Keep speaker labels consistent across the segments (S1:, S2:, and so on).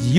S1: 一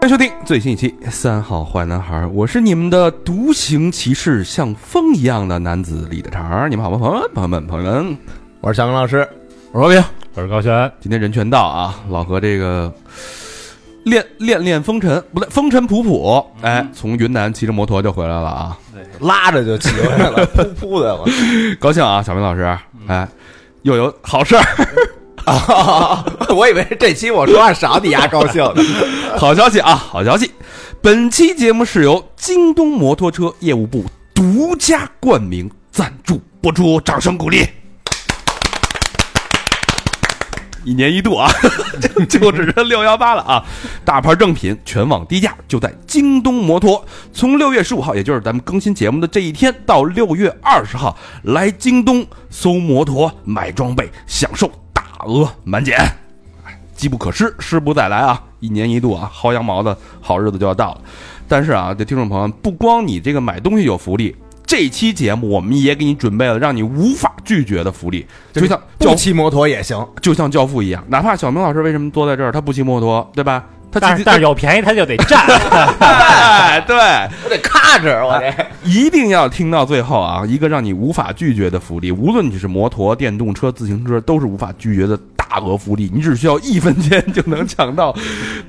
S2: 欢迎收听最新一期《三好坏男孩》，我是你们的独行骑士，像风一样的男子李大肠儿。你们好吗，朋友们？朋友们，朋友们，
S3: 我是小刚老师。
S2: 我是罗平。
S4: 我是高璇，
S2: 今天人全到啊，老何这个恋恋恋风尘，不对，风尘仆仆，哎，从云南骑着摩托就回来了啊，
S3: 拉着就骑回来 了， 噗噗的我。
S2: 高兴啊，小明老师，哎，又有好事儿，
S3: 我以为这期我说话少，你丫高兴的。
S2: 好消息啊，好消息！本期节目是由京东摩托车业务部独家冠名赞助播出，掌声鼓励。一年一度啊， 这就只剩六幺八了啊！大牌正品，全网低价，就在京东摩托。从六月十五号，也就是咱们更新节目的这一天，到六月二十号，来京东搜摩托、买装备，享受大额满减。哎机不可失，失不再来啊！一年一度啊，薅羊毛的好日子就要到了。但是啊，这听众朋友们，不光你这个买东西有福利，这期节目我们也给你准备了让你无法拒绝的福利，就像
S3: 不
S2: 教
S3: 骑摩托也行，
S2: 就像教父一样，哪怕小明老师为什么坐在这儿，他不骑摩托，对吧？他
S4: 但
S2: 骑
S4: 是但是有便宜他就得 占，
S2: 哎对，
S3: 我得咔哧，我
S5: 啊
S3: 这
S2: 一定要听到最后啊！一个让你无法拒绝的福利，无论你是摩托、电动车、自行车，都是无法拒绝的大额福利。你只需要一分钱就能抢到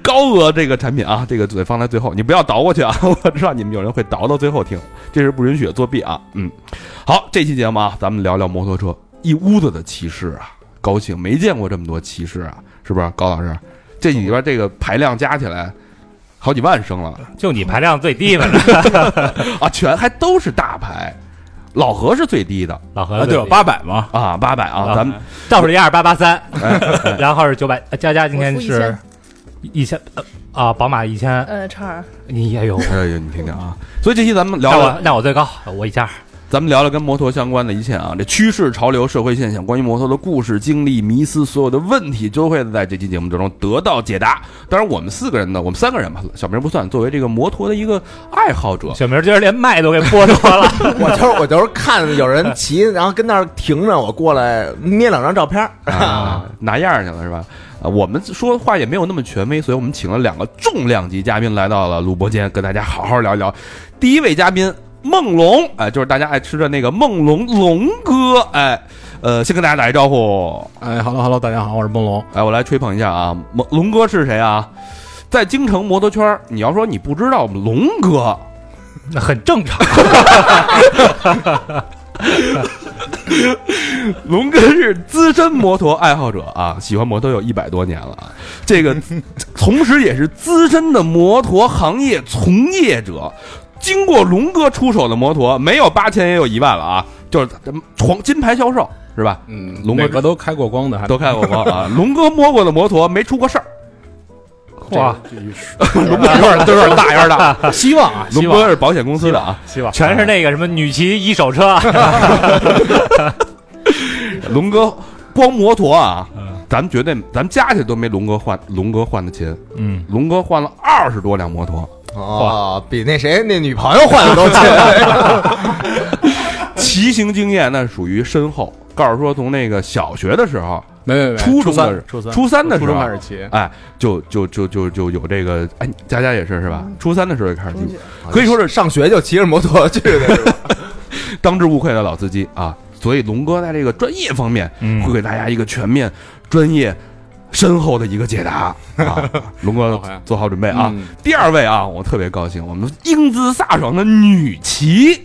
S2: 高额这个产品啊！这个嘴放在最后，你不要倒过去啊！我知道你们有人会倒到最后听，这是不允许的作弊啊！嗯，好，这期节目啊，咱们聊聊摩托车，一屋子的骑士啊，高兴没见过这么多骑士啊，是不是？高老师，这里边这个排量加起来好几万升了。
S4: 就你排量最低吧。
S2: 啊，全还都是大牌，老何是最低的
S4: 老何
S5: 啊，
S4: 最低
S5: 对，八百嘛，
S2: 啊，八百啊，
S4: 啊
S2: 咱们
S4: 倒数第二八八三，然后是九百，呃佳佳今天
S6: 我付一
S4: 是
S6: 千
S4: 一千呃啊，宝马一千，
S6: 呃，叉儿，
S4: 你哎呦，
S2: 哎呦，你听听啊，所以这期咱们聊
S4: 那我
S2: 聊，
S4: 那我最高，我一千二。
S2: 咱们聊聊跟摩托相关的一切啊，这趋势、潮流、社会现象，关于摩托的故事、经历、迷思，所有的问题都会在这期节目之中得到解答。当然，我们四个人呢，我们三个人吧，小明不算，作为这个摩托的一个爱好者，
S4: 小明今儿连麦都给剥夺 了，
S3: 我就是 我就是看有人骑，然后跟那儿停着，我过来捏两张照片儿。
S2: 啊，拿样儿去了是吧？啊，我们说话也没有那么权威，所以我们请了两个重量级嘉宾来到了录播间，跟大家好好聊一聊。第一位嘉宾梦龙，哎，就是大家爱吃的那个梦龙龙哥，哎，呃，先跟大家打一招呼，
S5: 哎，hello hello，大家好，我是梦龙，
S2: 哎，我来吹捧一下啊，梦龙哥是谁啊？在京城摩托圈儿，你要说你不知道龙哥，
S4: 那很正 常。
S2: 龙哥是资深摩托爱好者啊，喜欢摩托有一百多年了啊。这 个同时也是资深的摩托行业从业者。经过龙哥出手的摩托，没有八千也有一万了啊！就是咱们黄金牌销售是吧？
S5: 嗯
S2: 龙哥
S5: 哪个都开过光的，还
S2: 都看过吗？ 啊，龙哥摸过的摩托没出过事儿，
S4: 哇，
S5: 这一说
S2: 龙哥有点有点大有点大。
S5: 希望啊，
S2: 龙
S5: 希望
S2: 哥是保险公司的啊，
S5: 希望
S4: 全是那个什么女骑一手车，
S2: 龙哥光摩托啊，咱们绝对咱们加起来都没龙哥换龙哥换的勤。
S5: 嗯，
S2: 龙哥换了二十多辆摩托，
S3: 哦，比那谁那女朋友换的都勤。
S2: 骑行经验那属于深厚。告诉说，从那个小学的时候，
S5: 没 没没，
S2: 初中
S5: 三
S2: 的
S5: 初三
S2: 初三的时候
S5: 初中开始骑，
S2: 哎，就就就就就有这个，哎，佳佳也是是吧？初三的时候就开始
S6: 出去
S2: 骑，可以说是
S3: 上学就骑着摩托去的是 吧，
S2: 当之无愧的老司机啊。所以龙哥在这个专业方面
S4: 嗯
S2: 会给大家一个全面、专业、深厚的一个解答啊。龙哥
S5: 好呀
S2: 做好准备啊
S5: 嗯。
S2: 第二位啊，我特别高兴，我们英姿飒爽的女骑。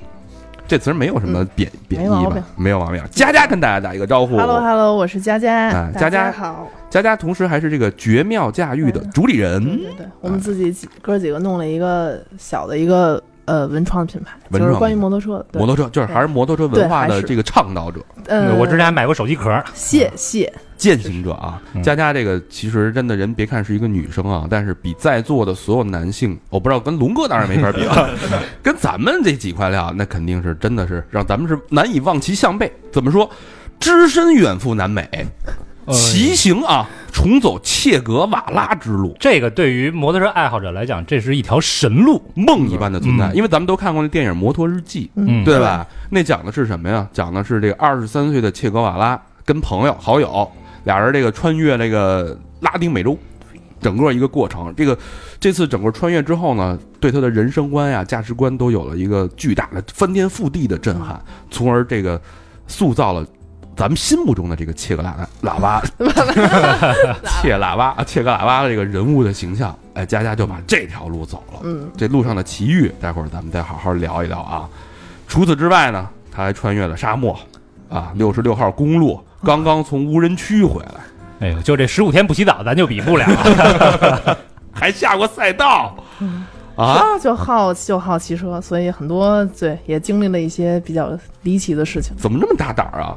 S2: 这词儿没有什么贬贬义
S6: 嗯没毛
S2: 吧
S6: 病？
S2: 没有毛病。啊佳佳跟大家打一个招呼。
S6: Hello Hello，我是佳
S2: 哎
S6: 佳，
S2: 佳
S6: 大
S2: 佳
S6: 家好。
S2: 佳佳同时还是这个绝妙驾驭
S6: 嗯
S2: 的主理
S6: 对
S2: 人，
S6: 对对，我们自己几哥几个弄了一个小的一个呃文创品牌，
S2: 文
S6: 就
S2: 创
S6: 是关于摩托车。对
S2: 摩托车就是还是摩托车文化的这个倡导者、
S6: 呃，
S4: 我之前还买过手机壳，
S6: 谢谢，
S2: 践行者啊。
S4: 嗯
S2: 佳佳这个其实真的人，别看是一个女生啊，但是比在座的所有男性，我不知道跟龙哥当然没法比啊，跟咱们这几块料那肯定是真的是让咱们是难以望其项背。怎么说？只身远赴南美，
S4: 嗯
S5: 呃
S2: 骑行啊，重走切格瓦拉之路，
S4: 这个对于摩托车爱好者来讲，这是一条神路。
S2: 梦一般的存在。
S5: 嗯
S2: 因为咱们都看过那电影《摩托日记》，
S5: 嗯
S2: 对吧？那讲的是什么呀？讲的是这个二十三岁的切格瓦拉跟朋友好友俩人这个穿越这个拉丁美洲，整个一个过程。这个这次整个穿越之后呢，对他的人生观呀、价值观都有了一个巨大的翻天覆地的震撼，从而这个塑造了。咱们心目中的这个切格拉拉瓦切喇叭啊，切格喇叭的这个人物的形象，哎，佳佳就把这条路走了。
S6: 嗯，
S2: 这路上的奇遇，待会儿咱们再好好聊一聊啊。除此之外呢，他还穿越了沙漠，啊，六十六号公路，刚刚从无人区回来，
S4: 哎呦，就这十五天不洗澡，咱就比不了。
S2: 还下过赛道，啊，
S6: 就好就好骑车，所以很多对也经历了一些比较离奇的事情。
S2: 怎么这么大胆儿啊？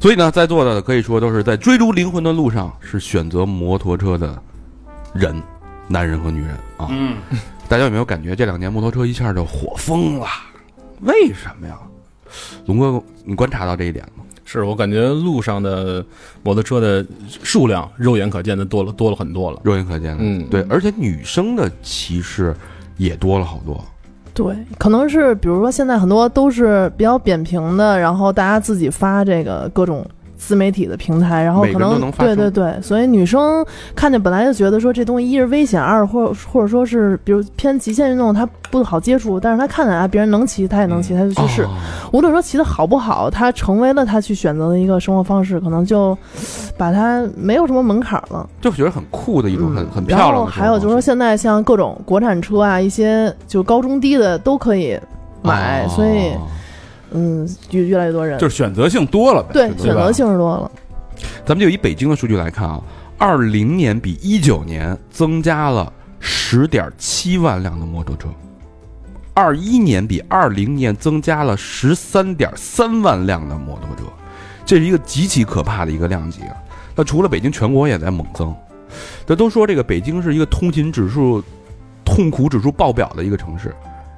S2: 所以呢，在座的可以说都是在追逐灵魂的路上，是选择摩托车的人，男人和女人啊。
S5: 嗯，
S2: 大家有没有感觉这两年摩托车一下就火疯了？为什么呀？龙哥，你观察到这一点吗？
S5: 是我感觉路上的摩托车的数量，肉眼可见的多了多了很多了。
S2: 肉眼可见的，
S5: 嗯
S2: 对，而且女生的骑士也多了好多。
S6: 对，可能是比如说现在很多都是比较扁平的，然后大家自己发这个各种自媒体的平台，然后
S2: 每
S6: 可
S2: 个人都
S6: 能
S2: 能发
S6: 对
S2: 声
S6: 对对，所以女生看见本来就觉得说这东西一是危险，二或或者说是比如偏极限运动她不好接触，但是她看见啊别人能骑，她也能骑，她就去试。
S2: 哦
S6: 无论说骑的好不好，它成为了他去选择的一个生活方式，可能就把它没有什么门槛了。
S2: 就觉得很酷的一种，
S6: 嗯，
S2: 很很漂
S6: 然
S2: 亮
S6: 后
S2: 的生活方式。
S6: 还有就是说，现在像各种国产车啊，一些就高中低的都可以买，
S2: 哦
S6: 所以嗯，越越来越多人
S5: 就是选择性多了呗。
S6: 对
S5: 吧
S6: 选择性是多 了。
S2: 咱们就以北京的数据来看啊，二零年比一九年增加了十点七万辆的摩托车，二一年比二零年增加了十三点三万辆的摩托车，这是一个极其可怕的一个量级啊。那除了北京，全国也在猛增。这都说这个北京是一个通勤指数、痛苦指数爆表的一个城市，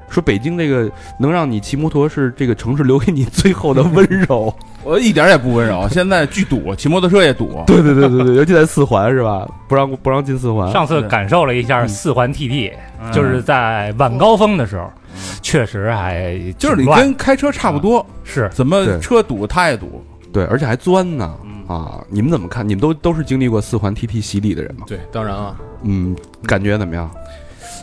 S2: 说北京这个能让你骑摩托是这个城市留给你最后的温柔。
S7: 我一点儿也不温柔，现在巨堵，骑摩托车也堵。
S2: 对对对对对，尤其在四环是吧？不让不让进四环。
S4: 上次感受了一下四环 TT，就是在晚高峰的时候，确实还挺
S7: 就是你
S4: 乱嗯
S7: 跟开车差不多，
S4: 是
S7: 怎
S2: 对
S7: 么车堵他也堵，
S2: 对，而且还钻呢
S5: 嗯
S2: 啊！你们怎么看？你们都都是经历过四环 TT 洗礼的人吗？
S5: 对，当然啊，
S2: 嗯，感觉怎么样？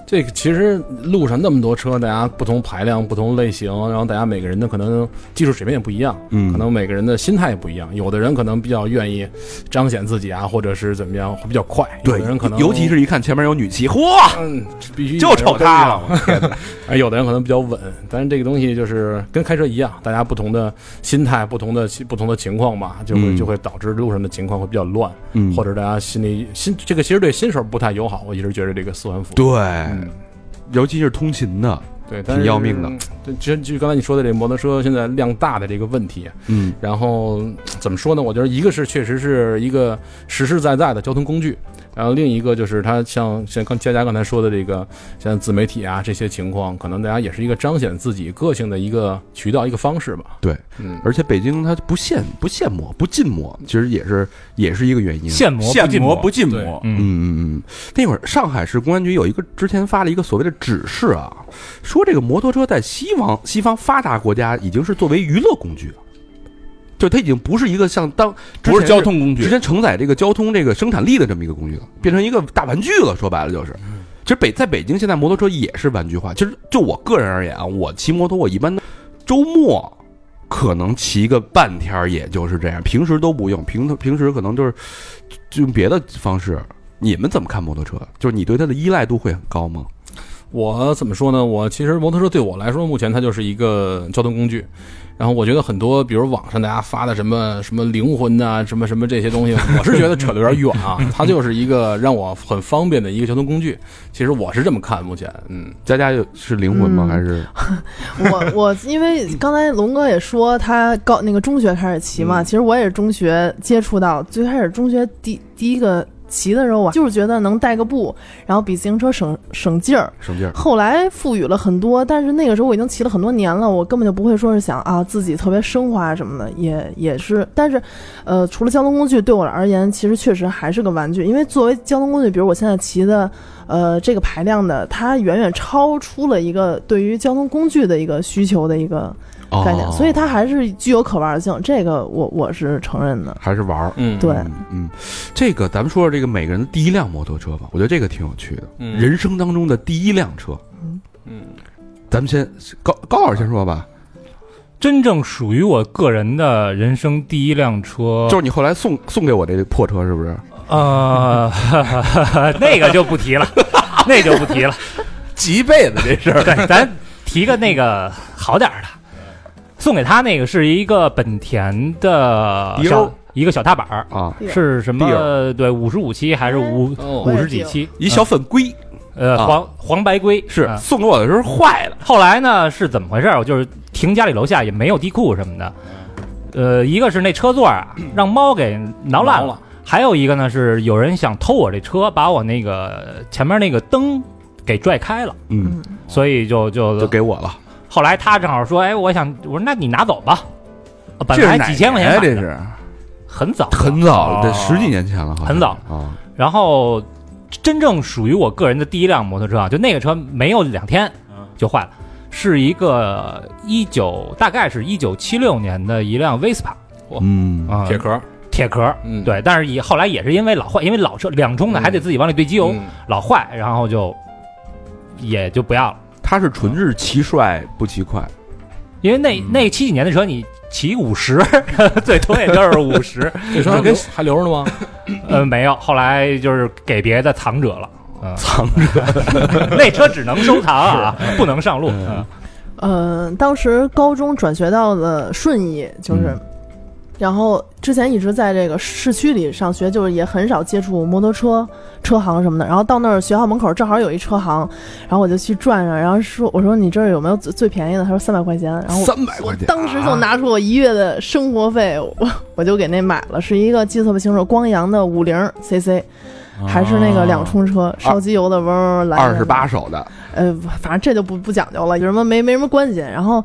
S5: 这个其实路上那么多车，大家不同排量、不同类型，然后大家每个人的可能技术水平也不一样，
S2: 嗯
S5: 可能每个人的心态也不一样。有的人可能比较愿意彰显自己啊，或者是怎么样，会比较快。有的人可能
S2: 尤其是一看前面有女骑，嚯，
S5: 嗯，必须
S2: 就瞅他了。
S5: 我天哪！而哎有的人可能比较稳，但是这个东西就是跟开车一样，大家不同的心态、不同的不同的情况吧，就会
S2: 嗯
S5: 就会导致路上的情况会比较乱，
S2: 嗯
S5: 或者大家心里心这个其实对新手不太友好。我一直觉得这个四环辅
S2: 对，
S5: 嗯
S2: 尤其是通勤的，
S5: 对，但是
S2: 要命的。
S5: 对，其实就刚才你说的这摩托车现在量大的这个问题，
S2: 嗯
S5: 然后怎么说呢？我觉得一个是确实是一个实实在在的交通工具，然后另一个就是它像像刚佳佳刚才说的这个，像自媒体啊这些情况，可能大家也是一个彰显自己个性的一个渠道一个方式吧。
S2: 对，
S5: 嗯，
S2: 而且北京它不限不限摩不禁摩，其实也是也是一个原因。
S4: 现磨
S7: 现
S4: 进
S7: 磨
S4: 磨
S7: 不进
S5: 对
S7: 磨。
S4: 嗯，
S2: 嗯嗯嗯，那会儿上海市公安局有一个之前发了一个所谓的指示啊，说这个摩托车在西方西方发达国家已经是作为娱乐工具了，就它已经不是一个像当之前
S7: 不是交通工
S2: 之
S7: 具，
S2: 前承载这个交通这个生产力的这么一个工具了，变成一个大玩具了。说白了就是，其实北在北京现在摩托车也是玩具化。其实就我个人而言啊，我骑摩托我一般都周末可能骑个半天儿，也就是这样，平时都不用，平平时可能就是就用别的方式。你们怎么看摩托车？就是你对它的依赖度会很高吗？
S5: 我怎么说呢？我其实摩托车对我来说，目前它就是一个交通工具。然后我觉得很多，比如网上大家发的什么什么灵魂呐、什么什么这些东西，我是觉得扯得有点远 啊。它就是一个让我很方便的一个交通工具。其实我是这么看，目前，嗯，
S2: 佳佳是灵魂吗？
S6: 嗯
S2: 还是
S6: 我我因为刚才龙哥也说他
S2: 嗯
S6: 高那个中学开始骑嘛，其实我也是中学接触到，最开始中学第第一个骑的时候啊，就是觉得能带个步，然后比自行车省省劲儿。
S2: 省劲儿。
S6: 后来赋予了很多，但是那个时候我已经骑了很多年了，我根本就不会说是想啊自己特别升华什么的，也也是。但是，呃，除了交通工具对我而言，其实确实还是个玩具，因为作为交通工具，比如我现在骑的，呃，这个排量的，它远远超出了一个对于交通工具的一个需求的一个概念，所以它还是具有可玩性，这个我我是承认的。
S2: 哦还是玩儿。
S5: 嗯，
S6: 对，
S2: 嗯嗯，这个咱们说说这个每个人的第一辆摩托车吧，我觉得这个挺有趣的，
S5: 嗯
S2: 人生当中的第一辆车。
S5: 嗯，
S2: 咱们先高高老师先说吧，
S4: 真正属于我个人的人生第一辆车，
S2: 就是你后来送送给我这破车是不是？
S4: 呃， 那个就不提了，那就不提了。
S7: 几辈子这事儿，
S4: 对，咱提个那个好点儿的，送给他那个是一个本田的
S2: 迪
S4: 小
S2: 欧
S4: 一个小踏板儿，
S2: 啊，
S6: 对哎
S4: 是什
S2: 迪
S4: 么？呃对，五十五期还是五
S6: 我
S5: 哦
S4: 五
S6: 也
S4: 十几期？
S2: 一小粉龟
S4: 呃，
S2: 啊
S4: 黄黄白龟
S2: 是
S4: 啊
S2: 送给我的时候坏了，
S4: 后来呢是怎么回事儿？我就是停家里楼下也没有地库什么的，呃，一个是那车座啊让猫给挠烂
S5: 挠
S4: 了，还有一个呢是有人想偷我这车，把我那个前面那个灯给拽开了，
S2: 嗯，
S4: 所以就就
S2: 就给我了。
S4: 后来他正好说，哎，我想我说那你拿走吧，啊本
S7: 这
S4: 来
S7: 是哪
S4: 几千块钱
S7: 年
S4: 买
S7: 啊这
S4: 的
S7: 是
S4: 很早
S2: 很早了，
S4: 哦
S2: 这十几年前了，好像
S4: 很早
S2: 啊。
S4: 然后真正属于我个人的第一辆摩托车啊，就那个车没有两天
S5: 嗯
S4: 就坏了，是一个一九大概是一九七六年的一辆 Vespa
S2: 嗯
S4: 啊、
S7: 哦
S5: 铁壳，
S4: 铁壳。
S5: 嗯，
S4: 对，但是也后来也是因为老坏，因为老车两冲的
S5: 嗯
S4: 还得自己往里兑机油，
S5: 嗯
S4: 老坏，然后就也就不要了。
S2: 他是纯是骑帅不骑快，
S4: 因为那、
S5: 嗯
S4: 那七几年的车，你骑五十， 最多也就是五十。
S5: 这车还留还留着呢吗？
S4: 呃，没有，后来就是给别的藏者了。藏者， 那车只能收藏啊，不能上路。嗯
S6: 呃，当时高中转学到了顺义，就是，
S2: 嗯
S6: 然后之前一直在这个市区里上学，就是也很少接触摩托车、车行什么的。然后到那儿学校门口正好有一车行，然后我就去转转，然后说我说你这儿有没有最最便宜的？他说三百块钱，然后我
S2: 三百块钱，
S6: 当时就拿出我一月的生活费，我我就给那买了，是一个记得特别清楚，光阳的五零 CC，还是那个两冲车，烧机油的嗡嗡来。
S2: 啊二十八手的，
S6: 呃，反正这就不不讲究了，有什么没没什么关系。然后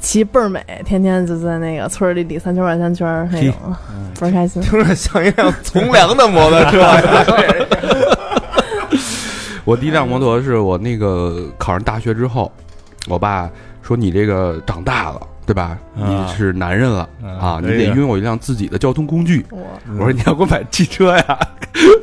S6: 骑倍儿美，天天就在那个村儿里里三圈外三圈儿那种，
S2: 嗯
S6: 倍儿开心。
S3: 听着像一辆从良的摩托车。
S2: 我第一辆摩托是我那个考上大学之后，我爸说你这个长大了，对吧？
S7: 啊
S2: 你是男人了
S7: 嗯
S2: 啊，你
S7: 哎
S2: 得
S7: 呀
S2: 拥有一辆自己的交通工具。
S6: 我
S2: 我说你要给我买汽车呀，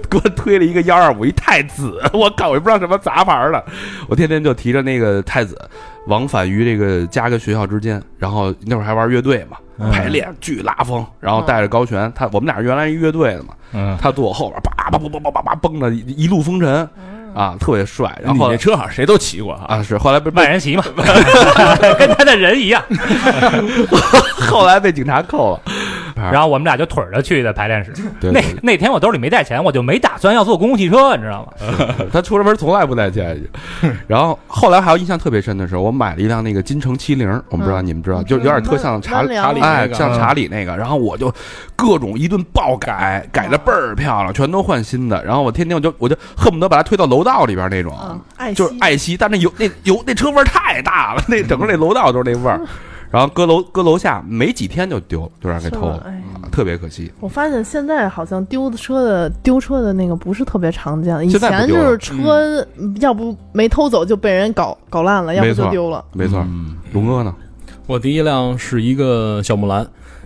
S2: 给我推了一个幺二五一太子，我靠，我也不知道什么杂牌儿的，我天天就提着那个太子往返于这个家跟学校之间，然后那会儿还玩乐队嘛，
S7: 嗯
S2: 排练巨拉风，然后带着高璇，他我们俩原来是乐队的嘛，
S4: 嗯，
S2: 他坐我后边，叭叭叭叭叭叭叭蹦着一一路风尘，啊，特别帅。然
S7: 哎你
S2: 后
S7: 那车好像谁都骑过啊，
S2: 啊是后来被
S4: 万
S2: 被
S4: 人骑嘛，跟他的人一样。
S2: 后来被警察扣了，
S4: 然后我们俩就腿着去的排练室。
S2: 对
S4: 那那天我兜里没带钱，我就没打算要坐公共汽车，你知道吗？
S2: 他出了门从来不带钱。然后后来还有印象特别深的是，我买了一辆那个金城七零，我们不知道
S6: 嗯
S2: 你们知道，
S6: 嗯
S2: 就有点特
S6: 温
S2: 像查
S6: 温良
S2: 查理，
S5: 那
S2: 哎，
S5: 个
S2: 像查理那个。然后我就各种一顿爆改，改的倍儿漂亮，全都换新的。然后我天天我就我就恨不得把它推到楼道里边那种，
S6: 啊，爱
S2: 嗯就是
S6: 惜
S2: 爱惜，但那油那油那车味儿太大了，那整个那楼道都是那味儿。然后搁楼搁楼下没几天就丢，就让人
S6: 是
S2: 给偷
S6: 吧
S2: 了，
S6: 哎，
S2: 啊特别可惜。
S6: 我发现现在好像丢的车的丢车的那个不是特别常见了，以
S2: 现在不
S6: 前
S2: 丢
S6: 就
S2: 了嗯
S6: 是车、要不没偷走就被人搞搞烂了，要不
S2: 没
S6: 就
S2: 错
S6: 丢了。
S2: 没错，龙哥呢？
S5: 我第一辆是一个小木兰，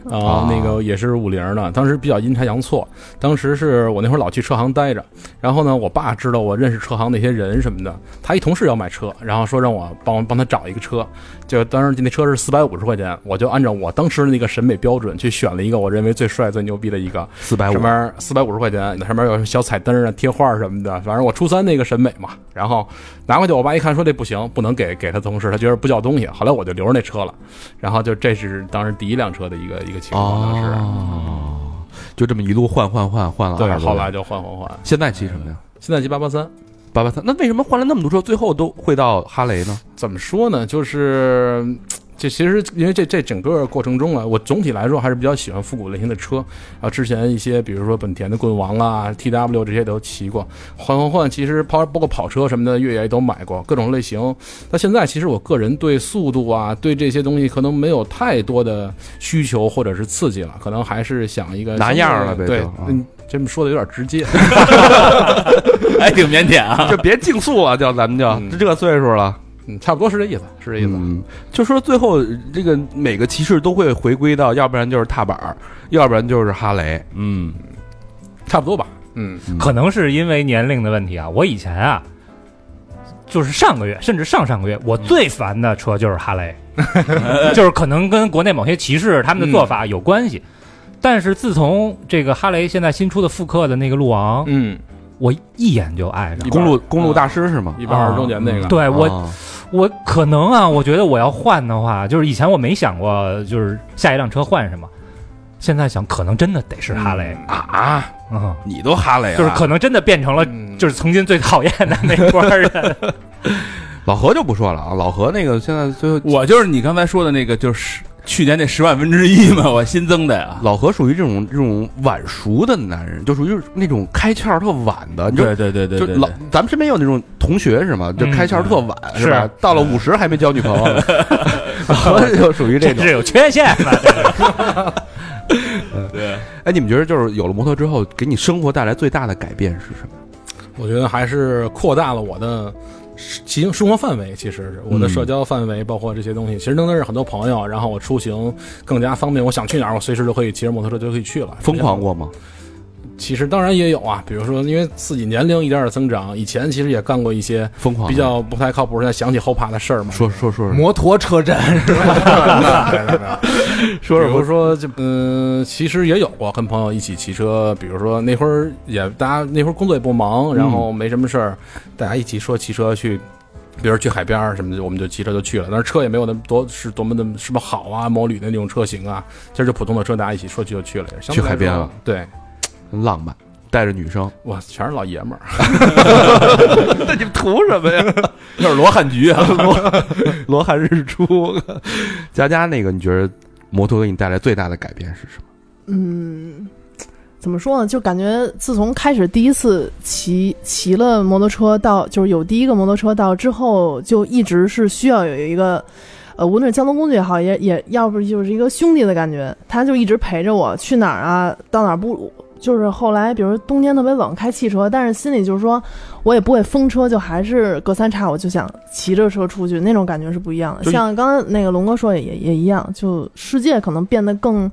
S5: 啊、
S2: 啊
S5: 那个也是五菱的，当时比较阴差阳错。当时是我那会儿老去车行待着，然后呢，我爸知道我认识车行那些人什么的，他一同事要买车，然后说让我帮帮他找一个车，就当时那车是四百五十块钱，我就按照我当时的那个审美标准去选了一个我认为最帅最牛逼的一个，
S2: 四百五
S5: 上，面四百五十块钱，上面有小彩灯啊、贴画什么的，反正我初三那个审美嘛。然后拿回去，我爸一看说这不行，不能给给他同事，他觉得不叫东西。后来我就留着那车了。然后就这是当时第一辆车的一个一个情况，当时、啊
S2: 哦，就这么一路换换换换了
S5: 对，
S2: 20多
S5: 后
S2: 辆
S5: 来就换换换。
S2: 现在骑什么呀？
S5: 现在骑八八三，
S2: 八八三。那为什么换了那么多车，最后都会到哈雷呢？
S5: 怎么说呢？就是嗯这其实因为这这整个过程中啊，我总体来说还是比较喜欢复古类型的车。然后之前一些比如说本田的棍王啊、T W 这些都骑过，换换换，其实包包括跑车什么的，越野也都买过各种类型。那现在其实我个人对速度啊，对这些东西可能没有太多的需求或者是刺激了，可能还是想一个
S2: 拿样儿了呗
S5: 对
S2: 就啊，
S5: 嗯，这么说的有点直接。
S7: 还挺腼腆啊。
S2: 就别竞速了，叫咱们就
S5: 嗯
S2: 这这岁数了，
S5: 嗯，差不多是这意思，是这意思。
S2: 嗯，就说最后这个每个骑士都会回归到，要不然就是踏板儿，要不然就是哈雷，
S7: 嗯，
S5: 差不多吧。嗯，
S4: 可能是因为年龄的问题啊，我以前啊，就是上个月甚至上上个月，我最烦的车就是哈雷， 就是可能跟国内某些骑士他们的做法有关系。但是自从这个哈雷现在新出的复刻的那个路王，
S5: 嗯，
S4: 我一眼就爱上了。
S2: 公路公路大师是吗？
S5: 一百二十周年那个，
S4: 对哎我，
S2: 啊
S4: 我可能啊，我觉得我要换的话，就是以前我没想过，就是下一辆车换什么，现在想可能真的得是哈雷，
S2: 啊，
S4: 嗯，
S2: 你都哈雷了，
S4: 就是可能真的变成了
S5: 嗯，
S4: 就是曾经最讨厌的那波人。
S2: 老何就不说了啊，老何那个现在最后
S7: 我就是你刚才说的那个，就是去年那十万分之一嘛，我新增 的呀。
S2: 老何属于这种这种晚熟的男人，就属于那种开窍特晚的，你就
S7: 对对对对
S2: 就
S7: 对，
S2: 老咱们身边有那种同学是吗？就开窍特晚、嗯是吧？到了五十还没交女朋友 呢，老何就属于这 种
S4: 是。有缺陷的。
S7: 对
S2: 哎，你们觉得就是有了摩托之后，给你生活带来最大的改变是什么？
S5: 我觉得还是扩大了我的骑行生活范围，其实是
S2: 嗯
S5: 我的社交范围，包括这些东西，其实能认识很多朋友，然后我出行更加方便，我想去哪儿，我随时都可以骑着摩托车就可以去了。
S2: 疯狂过吗？
S5: 其实当然也有啊，比如说因为自己年龄一点点增长，以前其实也干过一些
S2: 疯狂
S5: 比较不太靠谱，现在想起后怕的事儿嘛。
S2: 说说说说
S3: 摩托车站，
S5: 说比如说这嗯、其实也有过跟朋友一起骑车，比如说那会儿也大家那会儿工作也不忙，然后没什么事儿，大家一起说骑车去。比如去海边儿什么的，我们就骑车就去了。但是车也没有那么多，是多么的什么好啊，毛驴的那种车型啊，其实就普通的车，大家一起说去就去了。相对
S2: 去
S5: 来
S2: 海边
S5: 说
S2: 了？
S5: 对，
S2: 浪漫，带着女生，
S5: 哇，全是老爷们儿。
S2: 那你们图什么呀？
S7: 那是罗汉局啊。
S2: 罗汉日出，佳佳那个你觉得摩托给你带来最大的改变是什么？
S6: 嗯，怎么说呢？就感觉自从开始第一次骑骑了摩托车到，就是有第一个摩托车到之后，就一直是需要有一个，呃，无论是交通工具也好，也也要不就是一个兄弟的感觉，他就一直陪着我去哪儿啊，到哪儿不。就是后来，比如冬天特别冷，开汽车，但是心里就是说，我也不会封车，就还是隔三差五就想骑着车出去，那种感觉是不一样的。
S7: 就
S6: 像刚刚那个龙哥说也也也一样，就世界可能变得更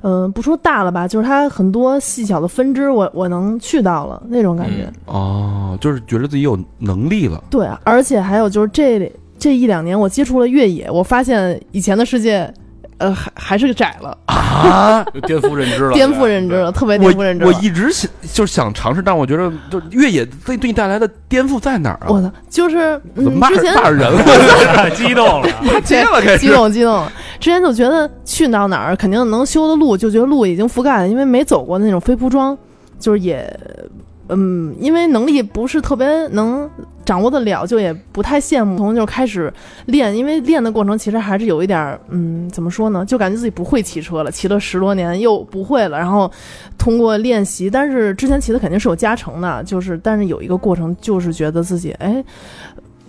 S6: 嗯、不说大了吧，就是它很多细小的分支我，我能去到了那种感觉。
S5: 嗯
S2: 哦，就是觉得自己有能力了。
S6: 对，而且还有就是这这一两年我接触了越野，我发现以前的世界，呃，还还是窄了，
S5: 就颠覆认知 了，
S6: 颠覆认知了，特别
S2: 我
S6: 颠覆认知
S2: 啊我
S6: 了。
S2: 一直想就是想尝试，但我觉得就越野对对你带来的颠覆在哪儿啊？
S6: 我操，就是
S2: 怎么
S6: 嗯，
S2: 骂
S6: 之前
S2: 骂人了？
S4: 太 激动了，
S2: 接了开
S6: 激
S2: 始。
S6: 动激动。之前就觉得去到哪儿肯定能修的路，就觉得路已经覆盖了，因为没走过那种非铺装，就是也，嗯，因为能力不是特别能掌握得了，就也不太羡慕。从就开始练，因为练的过程其实还是有一点儿，嗯，怎么说呢，就感觉自己不会骑车了，骑了十多年又不会了，然后通过练习，但是之前骑的肯定是有加成的，就是但是有一个过程，就是觉得自己哎。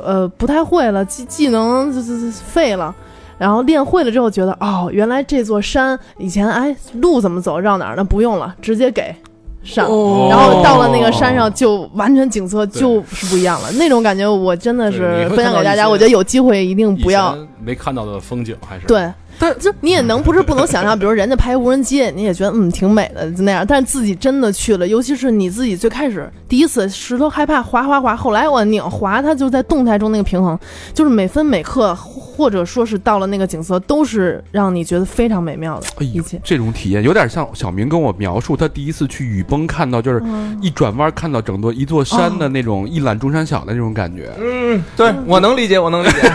S6: 呃，不太会了，技技能就是废了，然后练会了之后，觉得哦，原来这座山以前哎路怎么走，绕哪儿呢？不用了，直接给上。然后到了那
S5: 哦
S6: 个山上，就完全景色就是不一样了，那种感觉我真的
S5: 对
S6: 是
S5: 你会
S6: 分享给大
S5: 看到一
S6: 家。
S5: 些
S6: 我觉得有机会一定
S5: 以前
S6: 不要
S5: 没看到的风景，还是
S6: 对，但就你也能不是不能想象，比如人家拍无人机，你也觉得嗯挺美的就那样，但是自己真的去了，尤其是你自己最开始第一次石头害怕滑滑滑，后来我拧滑，它就在动态中那个平衡，就是每分每刻或或者说是到了那个景色，都是让你觉得非常美妙的
S2: 哎
S6: 一
S2: 呦
S6: 切，。
S2: 这种体验有点像小明跟我描述他第一次去雨崩看到，就是
S6: 嗯
S2: 一转弯看到整座一座山的那种一览众山小的那种感觉。
S6: 啊
S3: 嗯，对我能理解，我能理解。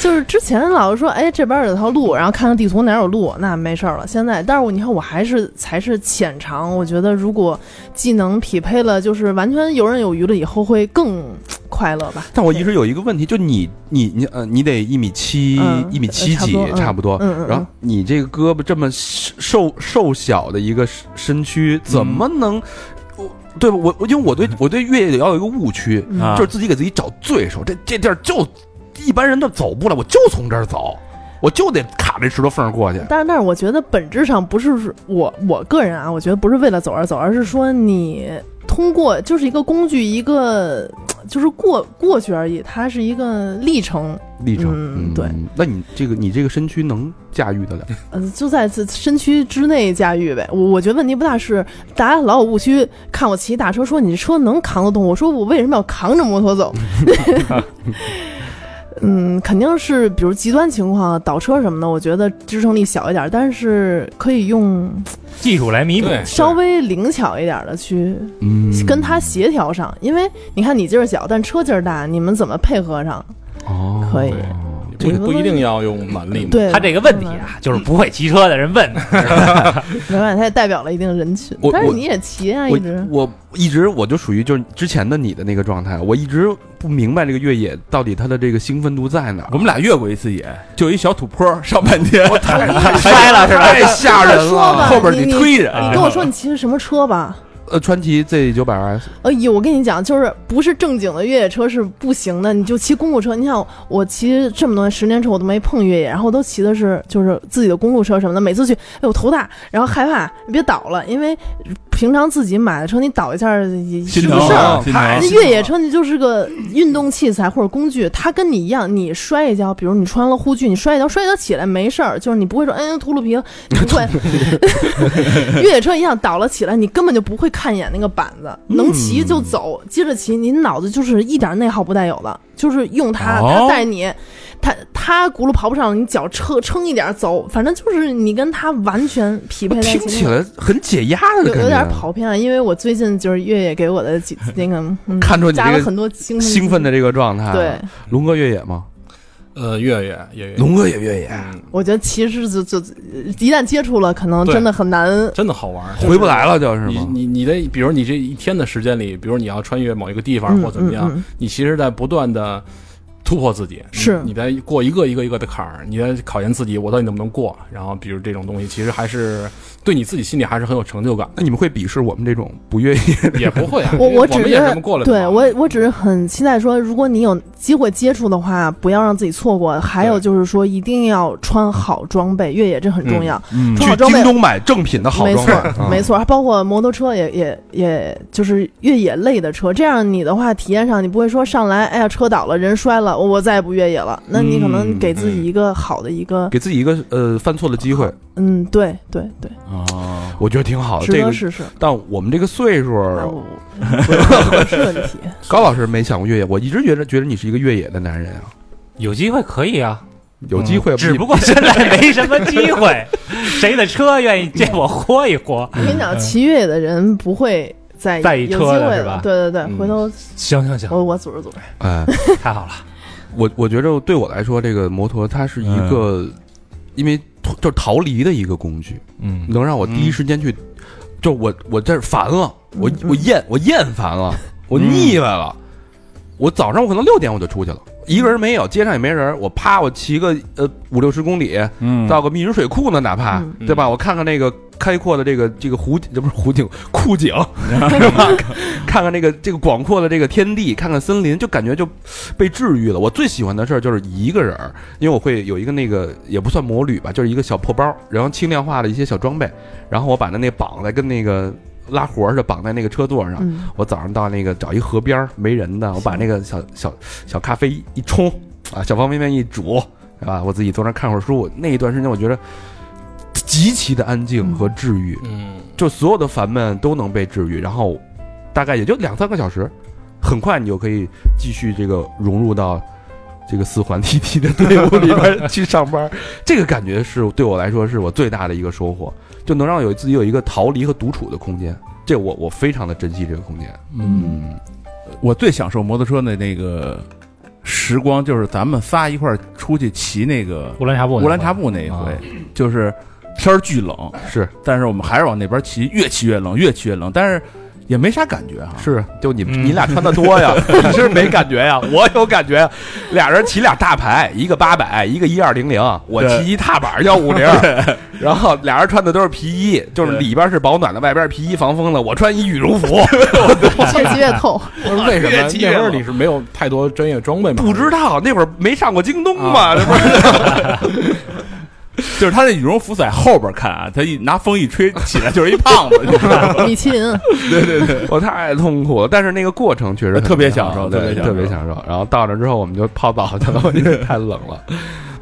S6: 就是之前老是说，哎，这边有条路，然后看看地图哪有路，那没事儿了。现在，但是我你看，我还是才是浅尝。我觉得如果技能匹配了，就是完全游刃有余了，以后会更快乐吧。
S2: 但我一直有一个问题，就你你你呃，你得一米七
S6: 嗯
S2: 一米七几
S6: 呃
S2: 差
S6: 差
S2: 不
S6: 不
S2: 多，
S6: 嗯嗯嗯
S2: 然后你这个胳膊这么瘦瘦小的一个身身躯，怎么能？我对吧？我我因为我对我对越野要有一个误区，
S6: 嗯
S7: 啊
S2: 就是自己给自己找罪受，这这地儿就一般人都走不了，我就从这儿走，我就得卡这石头缝儿过去。
S6: 但是，但是我觉得本质上不是我我个人啊，我觉得不是为了走而走，而是说你通过就是一个工具，一个嘖就是过过去而已，它是一个历程，
S2: 历程，
S6: 嗯对。
S2: 那你这个你这个身躯能驾驭得了？
S6: 呃，就在自身躯之内驾驭呗。我我觉得问题不大是，大家老有误区，看我骑大车说你这车能扛得动，我说我为什么要扛着摩托走？ 嗯，肯定是比如极端情况啊倒车什么的，我觉得支撑力小一点，但是可以用
S4: 技术来弥补。
S5: 对，
S6: 稍微灵巧一点的去
S2: 嗯
S6: 跟它协调上，因为你看你劲儿小，但车劲儿大，你们怎么配合上？
S4: 嗯
S2: 哦
S6: 可以，
S5: 对不不一定要用蛮力嘛。
S6: 对
S4: 他这个问题啊，就是不会骑车的人问，
S6: 没办法，它也代表了一定人群
S2: 我，
S6: 但是
S2: 我
S6: 你也骑啊，
S2: 我
S6: 一直。
S2: 我一直我就属于就是之前的你的那个状态，我一直不明白这个越野到底它的这个兴奋度在哪儿。
S7: 我们俩越过一次野，就一小土坡上半天，
S4: 摔了是吧？
S2: 太吓人
S6: 哎说吧，
S7: 后边
S6: 你
S7: 你推着
S6: 你
S7: 啊
S6: 跟我说你骑的什么车吧？
S2: 呃，川崎 Z 九百 S，
S6: 哎呦，我跟你讲，就是不是正经的越野车是不行的，你就骑公路车。你想，我骑这么多年，十年车我都没碰越野，然后都骑的是就是自己的公路车什么的。每次去，哎呦头大，然后害怕，别倒了，因为平常自己买的车，你倒一下也
S7: 心
S6: 是
S7: 疼
S6: 个事儿哎
S7: 啊。心疼啊
S6: 那越野车你就是个运动器材或者工具，它跟你一样，你摔一跤，比如你穿了护具，你摔一跤，摔一跤起来没事儿，就是你不会说嗯秃噜皮了，你 不会。 越野车一样倒了起来，你根本就不会看一眼那个板子，
S2: 嗯
S6: 能骑就走，接着骑，你脑子就是一点内耗不带有的，就是用它，
S7: 哦
S6: 它带你，它它轱辘刨不上，你脚撑撑一点走，反正就是你跟它完全匹配在一
S2: 听
S6: 起。
S2: 起来很解压的
S6: 有
S2: 感
S6: 有点
S2: 觉。啊
S6: 跑偏了，因为我最近就是越野给我的几那个，嗯、
S2: 看出你
S6: 加
S2: 这
S6: 了
S2: 个
S6: 很多兴奋
S2: 兴奋的
S6: 剂
S2: 这个啊状态，
S6: 对，，
S2: 龙哥越野吗？
S5: 呃，越野越野，
S2: 龙哥也越野，
S5: 嗯，
S6: 我觉得骑士就就一旦接触了，可能
S5: 对
S6: 真的很难。
S5: 真的好玩儿。
S2: 回不来了就是
S5: 你
S2: 吗？，
S5: 你你的，比如你这一天的时间里，比如你要穿越某一个地方
S6: 嗯
S5: 或怎么样
S6: 嗯嗯，
S5: 你其实在不断的突破自己，
S6: 是
S5: 你在过一个一个一个的坎儿，你在考验自己，我到底能不能过？然后比如这种东西，其实还是对你自己心里还是很有成就感
S2: 那你们会鄙视我们这种不越野？
S5: 也不会啊。
S6: 我
S5: 因为我
S6: 只
S5: 们也这么过来
S6: 是
S5: 的
S6: 对
S5: 嘛
S6: 我我只是很期待说，如果你有机会接触的话，不要让自己错过。还有
S5: 对
S6: 就是说，一定要穿好装备，越野这很重要。
S7: 嗯
S2: 去
S6: 穿好装备
S2: 京，东买正品的好
S6: 没
S2: 装
S6: 错
S2: 备，啊
S6: 儿，没错儿，包括摩托车也也也就是越野类的车，这样你的话体验上你不会说上来，哎呀车倒了，人摔了，我再也不越野了。那你可能给自己一个好的一个，
S2: 给自己一个呃犯错的机会，
S6: 嗯，对对对，
S7: 哦，
S2: 我觉得挺好的。
S6: 值
S2: 这个
S6: 得，试试。
S2: 但我们这个岁数，
S6: 啊我我不是问题，
S2: 高老师没想过越野，我一直觉得觉得你是一个越野的男人啊，
S4: 有机会可以啊，
S2: 有机会
S4: 嗯 只
S2: 你
S4: 不过现在没什么机会，谁的车愿意借我豁一豁？
S6: 我跟你讲，骑越野的人不会在
S4: 在意
S6: 有机
S4: 车
S6: 会
S4: 的是
S6: 了
S4: 吧，
S6: 对对对，
S5: 嗯
S6: 回头
S4: 行行行，
S6: 我我组织组织，
S2: 哎，
S4: 太好了，
S2: 我我觉着对我来说，这个摩托它是一个，因为脱就是逃离的一个工具，
S7: 嗯，
S2: 能让我第一时间去，就我我这儿烦了，我
S6: 嗯嗯
S2: 我厌我厌烦了，我腻歪了，我早上我可能六点我就出去了，一个人没有，街上也没人，我啪我骑个呃五六十公里
S7: 嗯
S2: 到个密云水库呢，哪怕
S6: 嗯
S2: 对吧？我看看那个开阔的这个这个湖 景，这不是湖景，库景，是吧？看看这个这个广阔的这个天地，看看森林，就感觉就被治愈了。我最喜欢的事儿就是一个人儿，因为我会有一个那个也不算摩旅吧，就是一个小破包，然后轻量化的一些小装备，然后我把它那绑在跟那个拉活儿似的绑在那个车座上。
S6: 嗯，
S2: 我早上到那个找一河边儿没人的，我把那个小小小咖啡一一冲啊，小方便面一煮，是吧？我自己坐那儿看会儿书。那一段时间，我觉得极其的安静和治愈，
S5: 嗯，
S2: 就所有的烦闷都能被治愈。然后大概也就两三个小时，很快你就可以继续这个融入到这个四 环滴滴的队伍里边去上班。这个感觉是对我来说是我最大的一个收获，就能让有自己有一个逃离和独处的空间。这我我非常的珍惜这个空间。
S7: 嗯，我最享受摩托车的那个时光，就是咱们仨一块儿出去骑那个
S4: 乌兰察布，
S7: 乌兰察布那一回
S4: 啊，
S7: 就是天儿巨冷，
S2: 是
S7: 但是我们还是往那边骑，越骑越冷，越骑越冷。但是也没啥感觉哈、啊
S2: 是，就你
S4: 嗯
S2: 你俩穿的多呀，你是没感觉呀？我有感觉，俩人骑俩大牌，一个八百，一个一二零零，我
S7: 对
S2: 骑一踏板叫五零，然后俩人穿的都是皮衣，就是里边是保暖的，外边皮衣防风的，我穿一羽绒服，
S6: 越骑越透。
S5: 为 什么
S2: 越骑越
S5: 那会儿
S2: 冷
S5: 你是没有太多专业装备吗？
S2: 不知道那会儿没上过京东嘛，这不是
S7: 就是他那羽绒服在后边看啊，他一拿风一吹起来就是一胖子，你知 道吗
S6: 米其林，
S2: 我太痛苦了，但是那个过程确实很
S7: 特别享受
S2: 对特
S7: 特别
S2: 别 享受。然后到那之后，我们就泡澡去了，因为太冷了。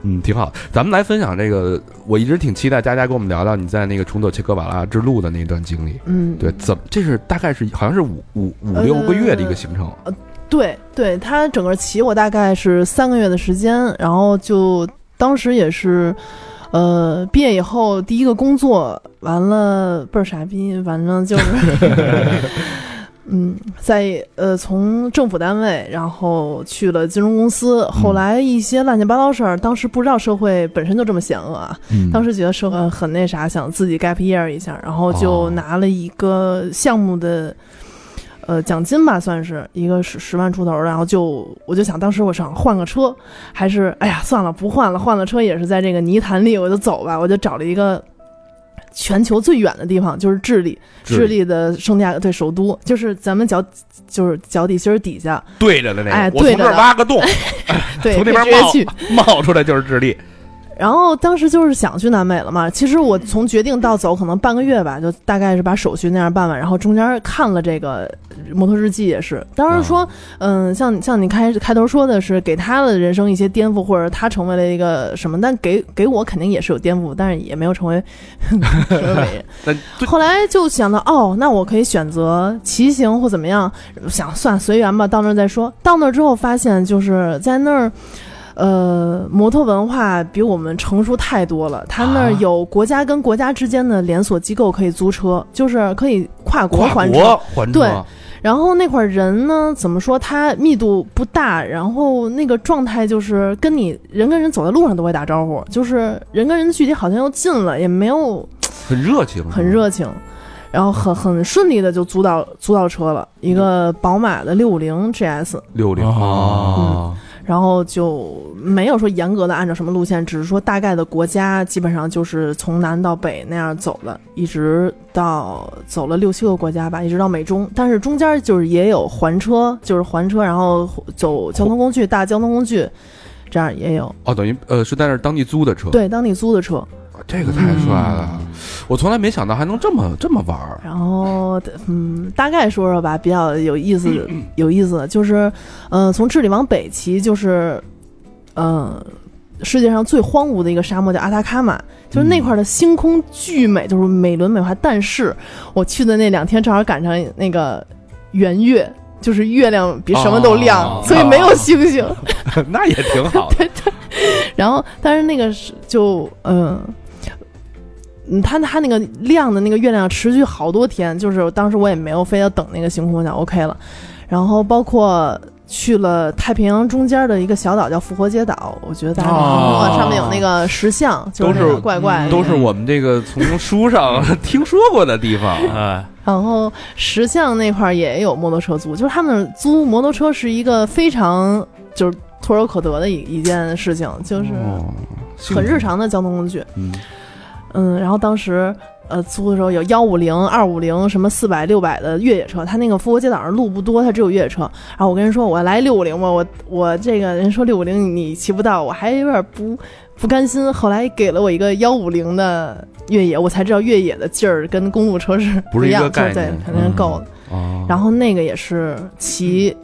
S2: 嗯，挺好。咱们来分享这个，我一直挺期待佳佳跟我们聊聊你在那个重走切格瓦拉之路的那段经历。
S6: 嗯，
S2: 对，怎么这是大概是好像是五五五
S6: 呃
S2: 六个月的一个行程，
S6: 对对，他整个骑我大概是三个月的时间，然后就当时也是，呃，毕业以后第一个工作完了倍儿傻逼，反正就是，嗯，在呃从政府单位，然后去了金融公司，后来一些乱七八糟事儿，当时不知道社会本身就这么险恶啊，
S2: 嗯
S6: 当时觉得社会很那啥，想自己 gap year 一下，然后就
S2: 哦
S6: 拿了一个项目的。呃，奖金吧，算是一个十十万出头的，然后就我就想，当时我想换个车，还是哎呀算了，不换了，换了车也是在这个泥潭里，我就走吧，我就找了一个全球最远的地方，就是智利，智利的圣地亚哥对首都，就是咱们脚就是脚底心儿底下，
S2: 对着的那个，
S6: 哎
S2: 我从
S6: 对着
S2: 这儿
S6: 的
S2: 挖个洞，
S6: 对，
S2: 从那
S6: 可
S2: 边
S6: 以直接
S2: 冒
S6: 去，
S2: 冒出来就是智利。
S6: 然后当时就是想去南美了嘛，其实我从决定到走可能半个月吧，就大概是把手续那样办完，然后中间看了这个《摩托日记》也是，当时
S2: 啊
S6: 说，嗯，像像你开开头说的是给他的人生一些颠覆，或者他成为了一个什么，但给给我肯定也是有颠覆，但是也没有成为什么伟人。
S2: 但最
S6: 后来就想到，哦，那我可以选择骑行或怎么样，想算随缘吧，到那儿再说。到那儿之后发现，就是在那儿，呃，摩托文化比我们成熟太多了。他那儿有国家跟国家之间的连锁机构可以租车，就是可以跨国
S2: 跨
S6: 还车。
S2: 国还
S6: 对
S2: 车，
S6: 然后那块儿人呢，怎么说？他密度不大，然后那个状态就是跟你人跟人走在路上都会打招呼，就是人跟人的距离好像又近了，也没有
S2: 很热情，啊
S6: 很。热情，然后很很顺利的就租到租到车了，一个宝马的六五零 GS，
S2: 六零
S7: 哦，
S2: 啊
S6: 然后就没有说严格的按照什么路线，只是说大概的国家基本上就是从南到北那样走了，一直到走了六七个国家吧，一直到美中，但是中间就是也有还车，就是还车，然后走交通工具大交通工具，这样也有，
S2: 哦，等于呃是在那儿当地租的车，
S6: 对，当地租的车，
S2: 这个太帅了，
S7: 嗯
S2: 我从来没想到还能这么这么玩儿。
S6: 然后，嗯，大概说说吧，比较有意思的，有意思的就是，呃，从智利往北骑，就是，呃，世界上最荒芜的一个沙漠叫阿达卡马，就是那块儿的星空巨美，就是美轮美奂。但是我去的那两天正好赶上那个圆月。就是月亮比什么都亮，
S5: 哦
S6: 所以没有星星。
S2: 那也挺 好的。
S6: 然后，但是那个是就嗯。嗯，它它那个亮的那个月亮持续好多天，就是当时我也没有非要等那个星空，我想 OK 了。然后包括去了太平洋中间的一个小岛叫复活节岛，我觉得大家可能听过
S7: 哦
S6: 上面有那个石像，就
S2: 都
S6: 那
S2: 是
S6: 个怪怪的
S2: 都是我们这个从书上 听说过的地方。
S4: 呃
S7: 哎，
S6: 然后石像那块儿也有摩托车租，就是他们租摩托车是一个非常就是唾手可得的一一件事情，就是
S2: 哦，幸福
S6: 很日。常的交通工具。
S2: 嗯，
S6: 嗯，然后当时呃租的时候有幺五零、二五零什么四百、六百的越野车，他那个复活节岛上路不多，他只有越野车。然后我跟人说我来六五零吧，我我这个人说六五零你骑不到，我还有点不不甘心。后来给了我一个幺五零的越野，我才知道越野的劲儿跟公路车是
S2: 不是一
S6: 样，
S2: 个
S6: 就是
S2: 概
S6: 对
S2: 念，
S6: 肯定是够的。
S7: 嗯
S2: 哦，
S6: 然后那个也是骑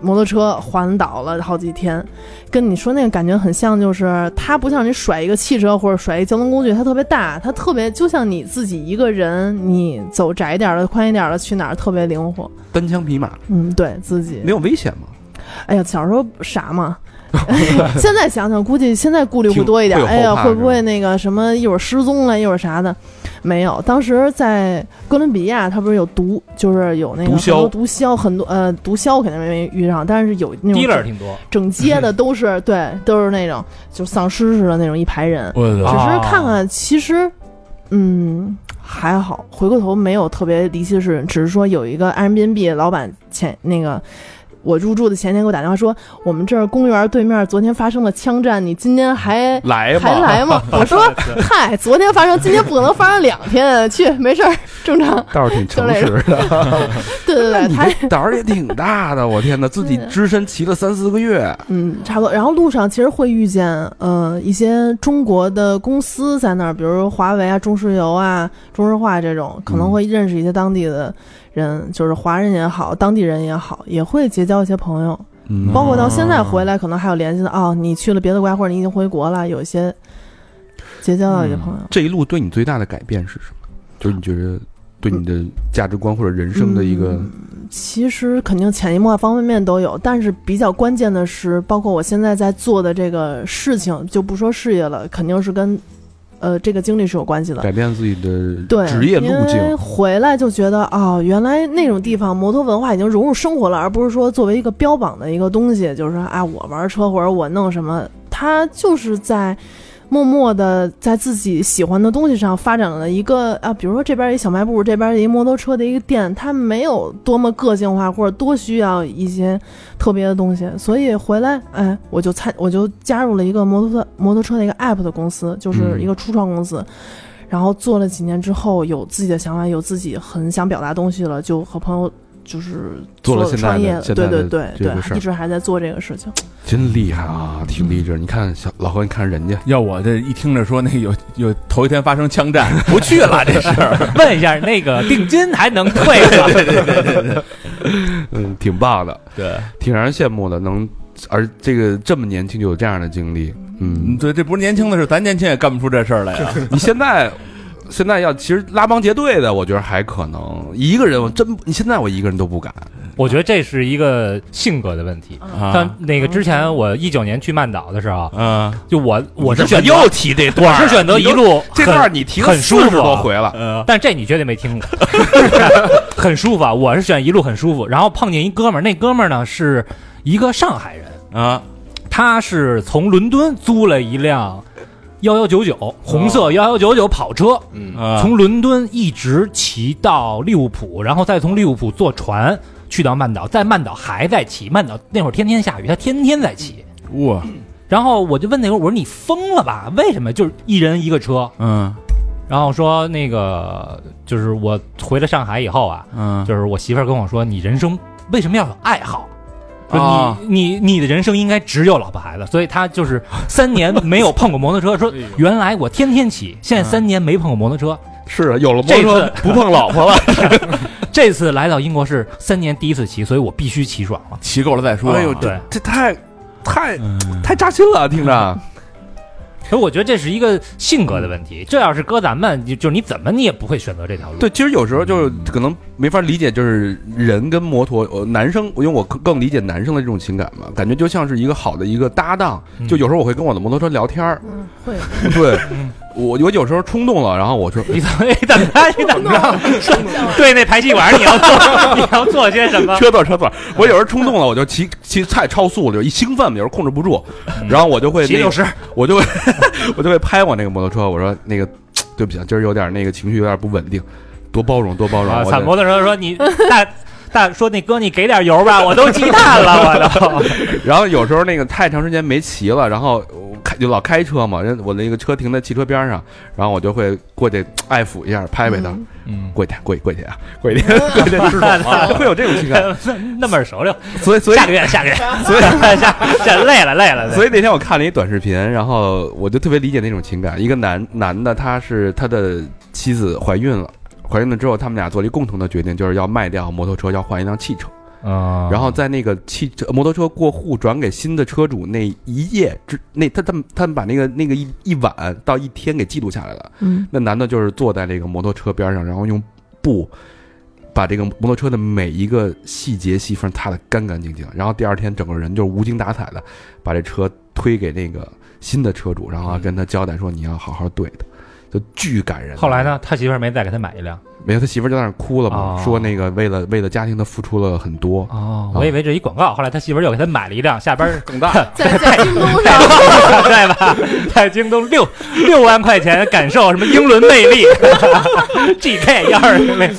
S6: 摩托车环岛了好几天，跟你说那个感觉很像，就是它不像你甩一个汽车或者甩一个交通工具，它特别大，它特别就像你自己一个人，你走窄一点儿的、宽一点儿的，去哪儿特别灵活。
S2: 单枪匹马
S6: 嗯，对自己
S2: 没有危险吗？
S6: 哎呀，小时候 傻嘛。现在想想，估计现在顾虑会多一点。
S2: 挺会
S6: 哎
S2: 有后
S6: 呀，
S2: 怕
S6: 会不会那个什么一会儿失踪了，一会儿啥的？没有，当时在哥伦比亚，它不是有毒，就是有那个
S2: 毒
S6: 很
S2: 枭
S6: 多毒枭，很多呃毒枭肯定没遇上，但是有那种
S4: dealer
S6: 整
S4: 挺多，
S6: 整 街的都是对，都是那种
S4: 哦
S6: 就丧尸似的那种一排人。
S7: 我
S4: 啊
S6: 只是看看，其实，嗯，还好，回过头没有特别离奇的事，只是说有一个 Airbnb 老板前那个。我入住的前天给我打电话说，我们这儿公园对面昨天发生了枪战，你今天还
S2: 来
S6: 还
S2: 吧，
S6: 来吗？我说，嗨，昨天发生，今天不可能发生两天，去没事儿，正常。
S2: 倒是挺诚实的。
S6: 对对对，他
S2: 胆儿也挺大的，我天哪，自己只身骑了三四个月，
S6: 嗯，差不多。然后路上其实会遇见呃一些中国的公司在那儿，比如华为啊、中石油啊、中石化这种，可能会认识一些当地的人，就是华人也好，当地人也好，也会结交一些朋友。
S2: 嗯
S6: 包括到现在回来，可能还有联系的哦，你去了别的国家，或者你已经回国了，有一些结交到一些朋友。
S2: 这一路对你最大的改变是什么？就是你觉得对你的价值观或者人生的一个
S6: 嗯其实肯定潜移默化方方面面都有，但是比较关键的是，包括我现在在做的这个事情，就不说事业了，肯定是跟呃这个经历是有关系的。
S2: 改变自己的
S6: 对，
S2: 职业路
S6: 因为
S2: 径，
S6: 回来就觉得哦，原来那种地方摩托文化已经融入生活了，而不是说作为一个标榜的一个东西，就是说啊、我玩车或者我弄什么，它就是在。默默的在自己喜欢的东西上发展了一个啊，比如说这边一小卖部，这边一摩托车的一个店，它没有多么个性化或者多需要一些特别的东西，所以回来哎，我就参我就加入了一个摩托车摩托车的一个 app 的公司，就是一个初创公司。然后做了几年之后，有自己的想法，有自己很想表达的东西了，就和朋友就是
S2: 做了现在
S6: 创
S2: 的
S6: 业了，
S2: 现
S6: 对
S2: 在的
S6: 对对
S2: 这个事儿
S6: 对，一直还在做这个事情。
S2: 真厉害啊，挺励志。你看小老何，你看人家，
S7: 要我这一听着说那有有头一天发生枪战， 不去了这事儿。
S4: 问一下那个定金还能退吗？
S2: 嗯，挺棒的，
S7: 对，
S2: 挺让人羡慕的。能而这个这么年轻就有这样的经历，嗯
S7: 嗯，，对，这不是年轻的事，咱年轻也干不出这事儿来呀。
S4: 嗯
S2: 你现在。现在要其实拉帮结队的，我觉得还可能一个人，我真你现在我一个人都不敢。
S4: 我觉得这是一个性格的问题。 像
S7: 啊，
S4: 那个之前我一九年去曼岛的时候，
S7: 嗯
S4: 就我我是
S2: 你怎
S4: 选
S2: 么
S4: 择
S2: 又提这段
S4: 我
S2: 儿啊，
S4: 是选择
S2: 你
S4: 一
S2: 都
S4: 路
S2: 这
S4: 很
S2: 段儿你提了
S4: 很舒
S2: 四
S4: 服
S2: 十多回了，
S7: 嗯，
S4: 但这你绝对没听过， 很舒服啊！我是选一路很舒服，然后碰见一哥们儿，那哥们儿呢是一个上海人，
S7: 啊，
S4: 他是从伦敦租了一辆幺幺九九红色幺幺九九跑车，嗯
S7: 啊
S4: 从伦敦一直骑到利物浦，然后再从利物浦坐船去到曼岛，在曼岛还在骑，曼岛那会儿天天下雨，他天天在骑。
S7: 哇，
S4: 然后我就问那会儿，我说你疯了吧？为什么？就是一人一个车，
S7: 嗯
S4: 然后说那个就是我回了上海以后啊，
S7: 嗯，
S4: 就是我媳妇儿跟我说，你人生为什么要有爱好？说你、
S7: 啊
S4: 你你的人生应该只有老婆孩子，所以 她就是三年没有碰过摩托车。
S2: 哎
S4: 说原来我天天骑，现在
S2: 嗯
S4: 三年没碰过摩托车，
S2: 是啊，有了摩
S4: 这
S2: 托
S4: 次
S2: 不碰老婆了。
S4: 这次来到英国是三年第一次骑，所以我必须骑爽了。
S7: 骑够了再说。啊
S2: 哎呦，
S4: 对
S2: 这这太太
S7: 嗯，
S2: 太扎心了，听 着。
S4: 所以我觉得这是一个性格的问题。这要是搁咱们，就就是你怎么你也不会选择这条路。
S2: 嗯对，其实有时候就是可能没法理解，就是人跟摩托，呃男生，因为我更更理解男生的这种情感嘛，感觉就像是一个好的一个搭档。
S4: 嗯
S2: 就有时候我会跟我的摩托车聊天儿，
S6: 嗯，会。
S2: 对我我有时候冲动了，然后我 说
S4: 你怎么你怎么你怎么 着？对那排气管你要做 你要做些什么？
S2: 车座车座，我有时候冲动了，我就骑骑太超速了，就一兴奋，有时候控制不住，然后我就会
S4: 嗯 骑
S2: 那个
S4: 六十，
S2: 我就会 我就会拍我那个摩托车，我说那个对不起啊，今儿有点那个情绪有点不稳定，多包容多包容。
S4: 啊，
S2: 我
S4: 惨
S2: 得
S4: 摩托车说 你大大说那哥你给点油吧，我都积碳了，我都。
S2: 然后有时候那个太长时间没骑了，然后我开就老开车嘛，人我那个车停在汽车边上，然后我就会过去爱抚一下，拍拍他，
S4: 嗯，
S2: 跪舔跪跪舔啊，跪舔跪舔 是吧？啊就会有这种情感，
S4: 那么耳熟溜，
S2: 所以所以
S4: 下个月下 个月，
S2: 所以
S4: 下这累了累了，
S2: 所
S4: 以
S2: 以那天我看了一短视频，然后我就特别理解那种情感。一个男男的，他是他的妻子怀孕了，怀孕了之后，他们俩做了一共同的决定，就是要卖掉摩托车，要换一辆汽车。
S4: 嗯
S2: 然后在那个汽车摩托车过户转给新的车主那一夜之那他他们他们把那个那个一一晚到一天给记录下来了。
S6: 嗯，
S2: 那男的就是坐在这个摩托车边上，然后用布把这个摩托车的每一个细节细缝擦得干干净净，然后第二天整个人就是无精打采的把这车推给那个新的车主，然后跟他交代说你要好好对他。就巨感人。
S4: 后来？呢，他媳妇儿没再给他买一辆。
S2: 没有，他媳妇儿就在那儿哭了嘛，
S4: 哦
S2: 说那个为了为了家庭，他付出了很多。
S4: 哦，我以为这一广告，后来他媳妇儿又给他买了一辆，下班儿
S5: 更大，
S6: 在在京东上，
S4: 对吧？在京东六六万块钱感受什么英伦魅力 ，GK 幺二零零，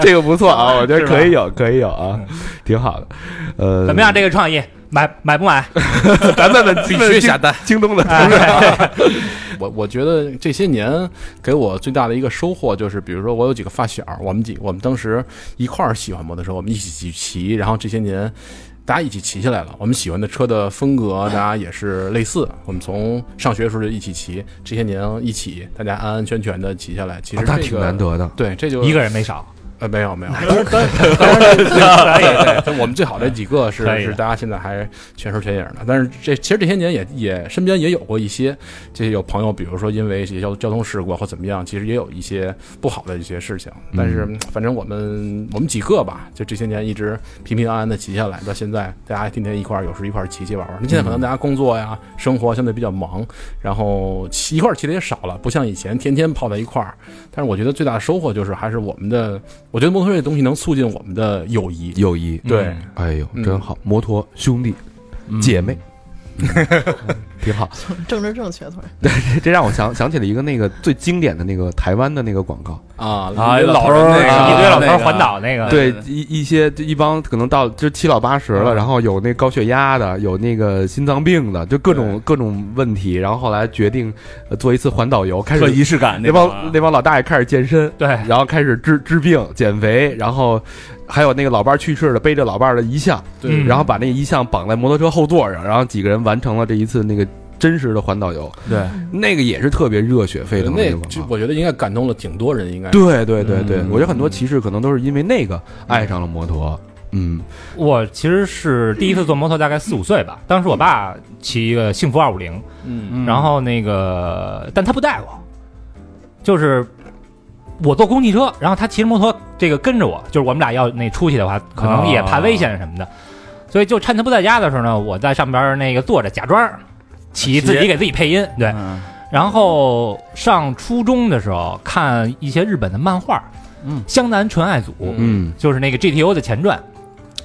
S2: 这个不错啊，我觉得
S4: 哦是吧
S2: 可以有，可以有啊，挺好的。呃，
S4: 怎么样？这个创意买买不买？
S2: 咱们的必
S5: 须下
S2: 单，京东的
S4: 哎
S5: 我我觉得这些年给我最大的一个收获就是，比如说我有几个发小，我们几我们当时一块儿喜欢摩托车，我们一起去骑，然后这些年大家一起骑起来了，我们喜欢的车的风格大家也是类似，我们从上学的时候就一起骑，这些年一起大家安安全全的骑下来，其实、这个
S2: 啊那挺难。得的。
S5: 对，这就
S4: 一个人 没少，
S5: 呃，没有没有，当然当然当然对， 对对我们最好的几个是
S4: 可以的
S5: 是大家现在还全手全影的，但是这其实这些年也也身边也有过一些，这些有朋友，比如说因为一些交交通事故或怎么样，其实也有一些不好的一些事情，但是嗯反正我们我们几个吧，就这些年一直平平安安的骑下来，到现在大家天天一块儿，有时候一块儿骑骑玩玩。那现在可能大家工作呀、生活相对比较忙，然后骑一块儿骑的也少了，不像以前天天泡在一块儿。但是我觉得最大的收获就是还是我们的，我觉得摩托车这东西能促进我们的友谊。
S2: 友谊，
S5: 对，
S2: 哎呦，
S5: 嗯
S2: 真好，摩托兄弟姐妹， 挺好。
S6: 政治正确，突然。
S2: 这让我想想起了一个那个最经典的那个台湾的那个广告，
S5: 啊
S4: 啊
S5: 老
S4: 头
S5: 人
S4: 儿
S5: 那个
S4: 一堆老头
S5: 那
S4: 儿
S5: 个
S4: 环岛那个，
S2: 对一一些一帮可能到就是七老八十了，然后有那高血压的，有那个心脏病的，就各种各种问题，然后后来决定呃做一次环岛游，开
S7: 特
S2: 始
S7: 仪式感
S2: 那
S7: 种啊
S2: 帮那帮老大爷开始健身，
S4: 对
S2: 然后开始治治病、减肥，然后还有那个老伴儿去世的背着老伴儿的遗像，
S5: 对
S4: 嗯
S2: 然后把那个遗像绑在摩托车后座上，然后几个人完成了这一次那个真实的环岛游，
S7: 对，
S2: 那个也是特别热血沸腾的
S5: 那
S2: 那个
S5: 就
S2: 广告。
S5: 我觉得应该感动了挺多人，应该
S2: 对对对对，
S5: 嗯
S2: 我觉得很多骑士可能都是因为那个爱上了摩托。嗯，
S4: 我其实是第一次坐摩托，大概四五岁吧。当时我爸骑一个幸福二五零，
S5: 嗯
S7: 嗯
S4: 然后那个但他不带我，就是我坐公汽车，然后他骑着摩托这个跟着我，就是我们俩要那出去的话，可能也怕危险什么的，所以就趁他不在家的时候呢，我在上边那个坐着假装骑，自己给自己配音，对。
S7: 嗯
S4: 然后上初中的时候看一些日本的漫画，嗯，湘南纯爱组，
S5: 嗯
S2: 嗯，
S4: 就是那个 GTO 的前传，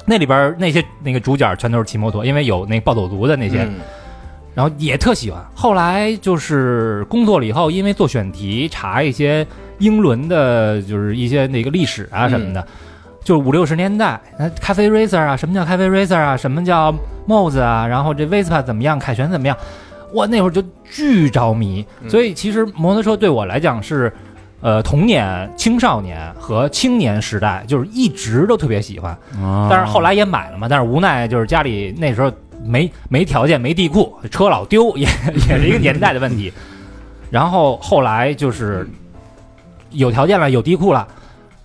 S4: 那里边儿那些那个主角全都是骑摩托，因为有那暴走族的那些，
S5: 嗯
S4: 然后也特喜欢。后来就是工作了以后，因为做选题查一些英伦的，就是一些那个历史啊什么的，就是五六十年代，那咖啡 racer 啊，什么叫咖啡 racer 啊，什么叫 Moz 啊，然后这 Vespa 怎么样，凯旋怎么样，我那会儿就巨着迷。所以其实摩托车对我来讲是。呃，童年、青少年和青年时代，就是一直都特别喜欢，
S5: 啊
S4: 但是后来也买了嘛，但是无奈就是家里那时候没没条件、没地库，车老丢， 也也是一个年代的问 题。然后后来就是有条件了，有地库了，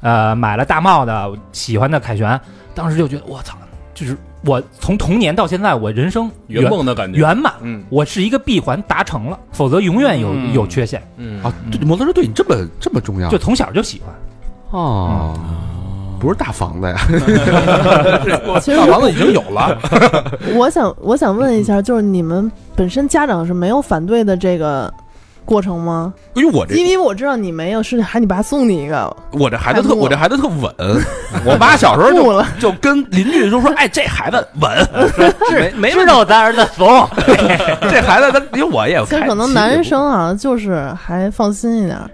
S4: 呃，买了大帽的喜欢的凯旋，当时就觉得我操，就是我从童年到现在，我人生
S5: 圆梦的感觉，
S4: 圆满，
S5: 嗯
S4: 我是一个闭环达成了，否则永远有
S5: 嗯啊
S4: 有缺陷。
S5: 嗯
S2: 啊，这摩托车对你这么这么重要，
S4: 就从小就喜欢，
S2: 哦，不是大房子呀，
S6: 其实
S5: 大王子已经有了，
S6: 我想，我想问一下，就是你们本身家长是没有反对的这个过程吗？
S7: 因为我
S6: 因
S7: 这
S6: 为我知道你没有，是还你爸送你一个，
S7: 我这孩子特
S6: 太木了
S7: 我这孩子特稳，我爸小时候
S6: 吐
S7: 就
S6: 了，
S7: 就跟邻居就说：“哎，这孩子稳，没没
S4: 知道咱儿子 怂，
S7: 这孩子他比我也
S6: 其实
S7: 开
S6: 可能男生好像就是还放心一点儿。
S7: 嗯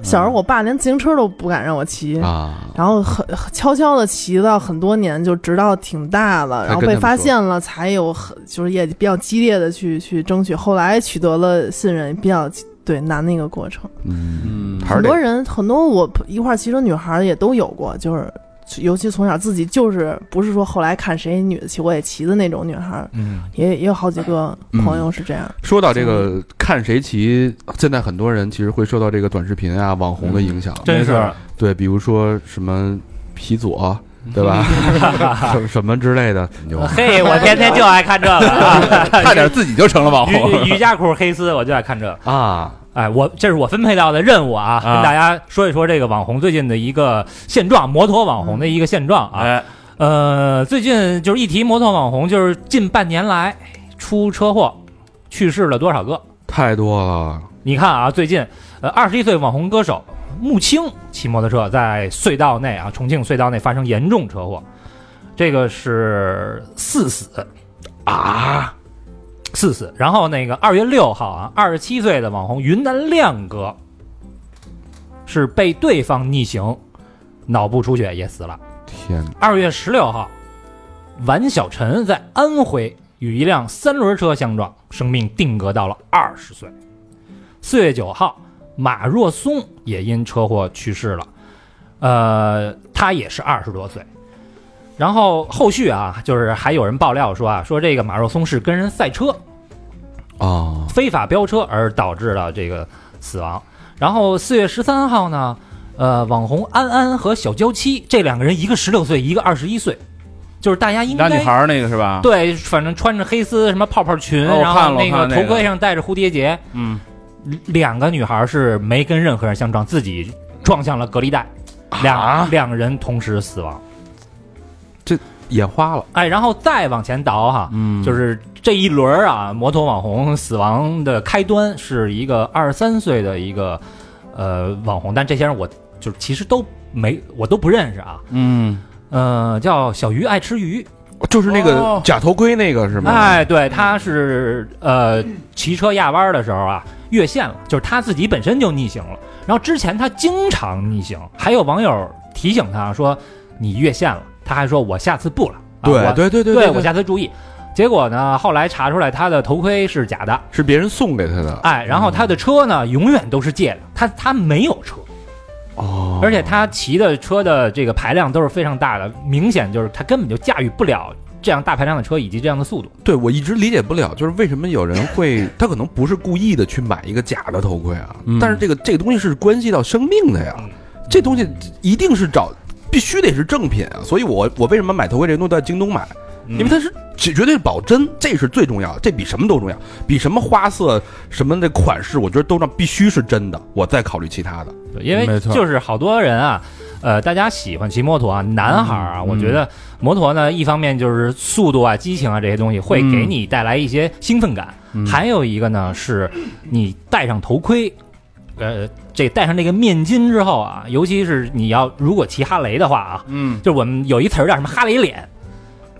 S6: 小时候我爸连自行车都不敢让我骑，
S2: 啊，
S6: 然后很悄悄的骑到很多年，就直到挺大了，然后被发现了，才有很就是也比较激烈的去去争取，后来取得了信任，比较对难的一个过程。
S2: 嗯，
S5: 嗯
S2: 还
S6: 很
S2: 是
S6: 多
S2: 得
S6: 人很多我一块儿骑车女孩儿也都有过，就是尤其从小自己就是不是说后来看谁女的骑我也骑的那种女孩儿，
S4: 嗯，
S6: 也也有好几个
S7: 嗯
S6: 朋友是这样。
S2: 说到这个看谁骑，现在很多人其实会受到这个短视频啊、网红的影响，
S4: 真是
S2: 对，比如说什么皮佐，对吧？什什么之类的，牛
S4: 嘿，我天天就爱看这个啊，
S7: 差点自己就成了网红。
S4: 瑜瑜伽裤黑丝，我就爱看这个。
S2: 啊，
S4: 哎，我这是我分配到的任务啊，
S7: 啊
S4: 跟大家说一说这个网红最近的一个现状，摩托网红的一个现状啊。
S7: 哎，
S4: 呃，最近就是一提摩托网红，就是近半年来出车祸去世了多少个？
S2: 太多了。
S4: 你看啊，最近呃，二十一岁网红歌手穆青骑摩托车在隧道内啊，重庆隧道内发生严重车祸，这个是四死啊，四死。然后那个二月六号啊，二十七岁的网红云南亮哥是被对方逆行，脑部出血也死了。
S2: 天哪，
S4: 二月十六号，王小晨在安徽与一辆三轮车相撞，生命定格到了二十岁。四月九号，马若松也因车祸去世了，呃，他也是二十多岁。然后后续啊，就是还有人爆料说啊，说这个马若松是跟人赛车，
S2: 啊，
S4: 非法飙车而导致了这个死亡。然后四月十三号呢，呃，网红安安和小娇妻这两个人，一个十六岁，一个二十一岁，就是大家应
S7: 男女
S4: 该
S7: 孩儿那个是吧？
S4: 对，反正穿着黑丝什么泡泡裙，
S7: 哦我
S4: 然
S7: 看
S4: 后
S7: 了
S4: 那
S7: 我看了那
S4: 头
S7: 个
S4: 盔上戴着蝴蝶结，
S7: 嗯，
S4: 两个女孩是没跟任何人相撞，自己撞向了隔离带，两、
S7: 啊
S4: 两人同时死亡。
S2: 眼花了，
S4: 哎，然后再往前倒哈，
S7: 嗯
S4: 就是这一轮儿啊，摩托网红死亡的开端是一个二十三岁的一个呃网红，但这些人我就是其实都没我都不认识啊。
S7: 嗯，
S4: 呃，叫小鱼爱吃鱼，
S2: 就是那个
S7: 哦
S2: 假头盔那个是吗？
S4: 哎，对，他是呃骑车压弯儿的时候啊越线了，就是他自己本身就逆行了。然后之前他经常逆行，还有网友提醒他说你越线了，他还说我下次不了，啊、我
S2: 对对对
S4: 对我下次注意。结果呢，后来查出来他的头盔是假的，
S2: 是别人送给他的
S4: 哎，然后他的车呢永远都是借的，他他没有车，
S2: 哦
S4: 而且他骑的车的这个排量都是非常大的，明显就是他根本就驾驭不了这样大排量的车以及这样的速度。
S2: 对我一直理解不了，就是为什么有 人会，他可能不是故意的去买一个假的头盔啊，
S7: 嗯
S2: 但是这个这个东西是关系到生命的呀
S4: 嗯，
S2: 这东西一定是找，必须得是正品啊，所以我我为什么买头盔这东西都在京东买，
S4: 嗯
S2: 因为它是绝绝对是保真，这是最重要的，这比什么都重要，比什么花色、什么的款式，我觉得都让必须是真的，我再考虑其他的。
S4: 对，因为
S7: 没错
S4: 就是好多人啊，呃，大家喜欢骑摩托啊，男孩儿啊，
S7: 嗯
S4: 我觉得摩托呢，一方面就是速度啊、激情啊这些东西
S7: 嗯
S4: 会给你带来一些兴奋感，还有一个呢是你戴上头盔，呃，这戴上这个面巾之后啊，尤其是你要如果骑哈雷的话啊，
S7: 嗯，
S4: 就是我们有一词儿叫什么哈雷脸。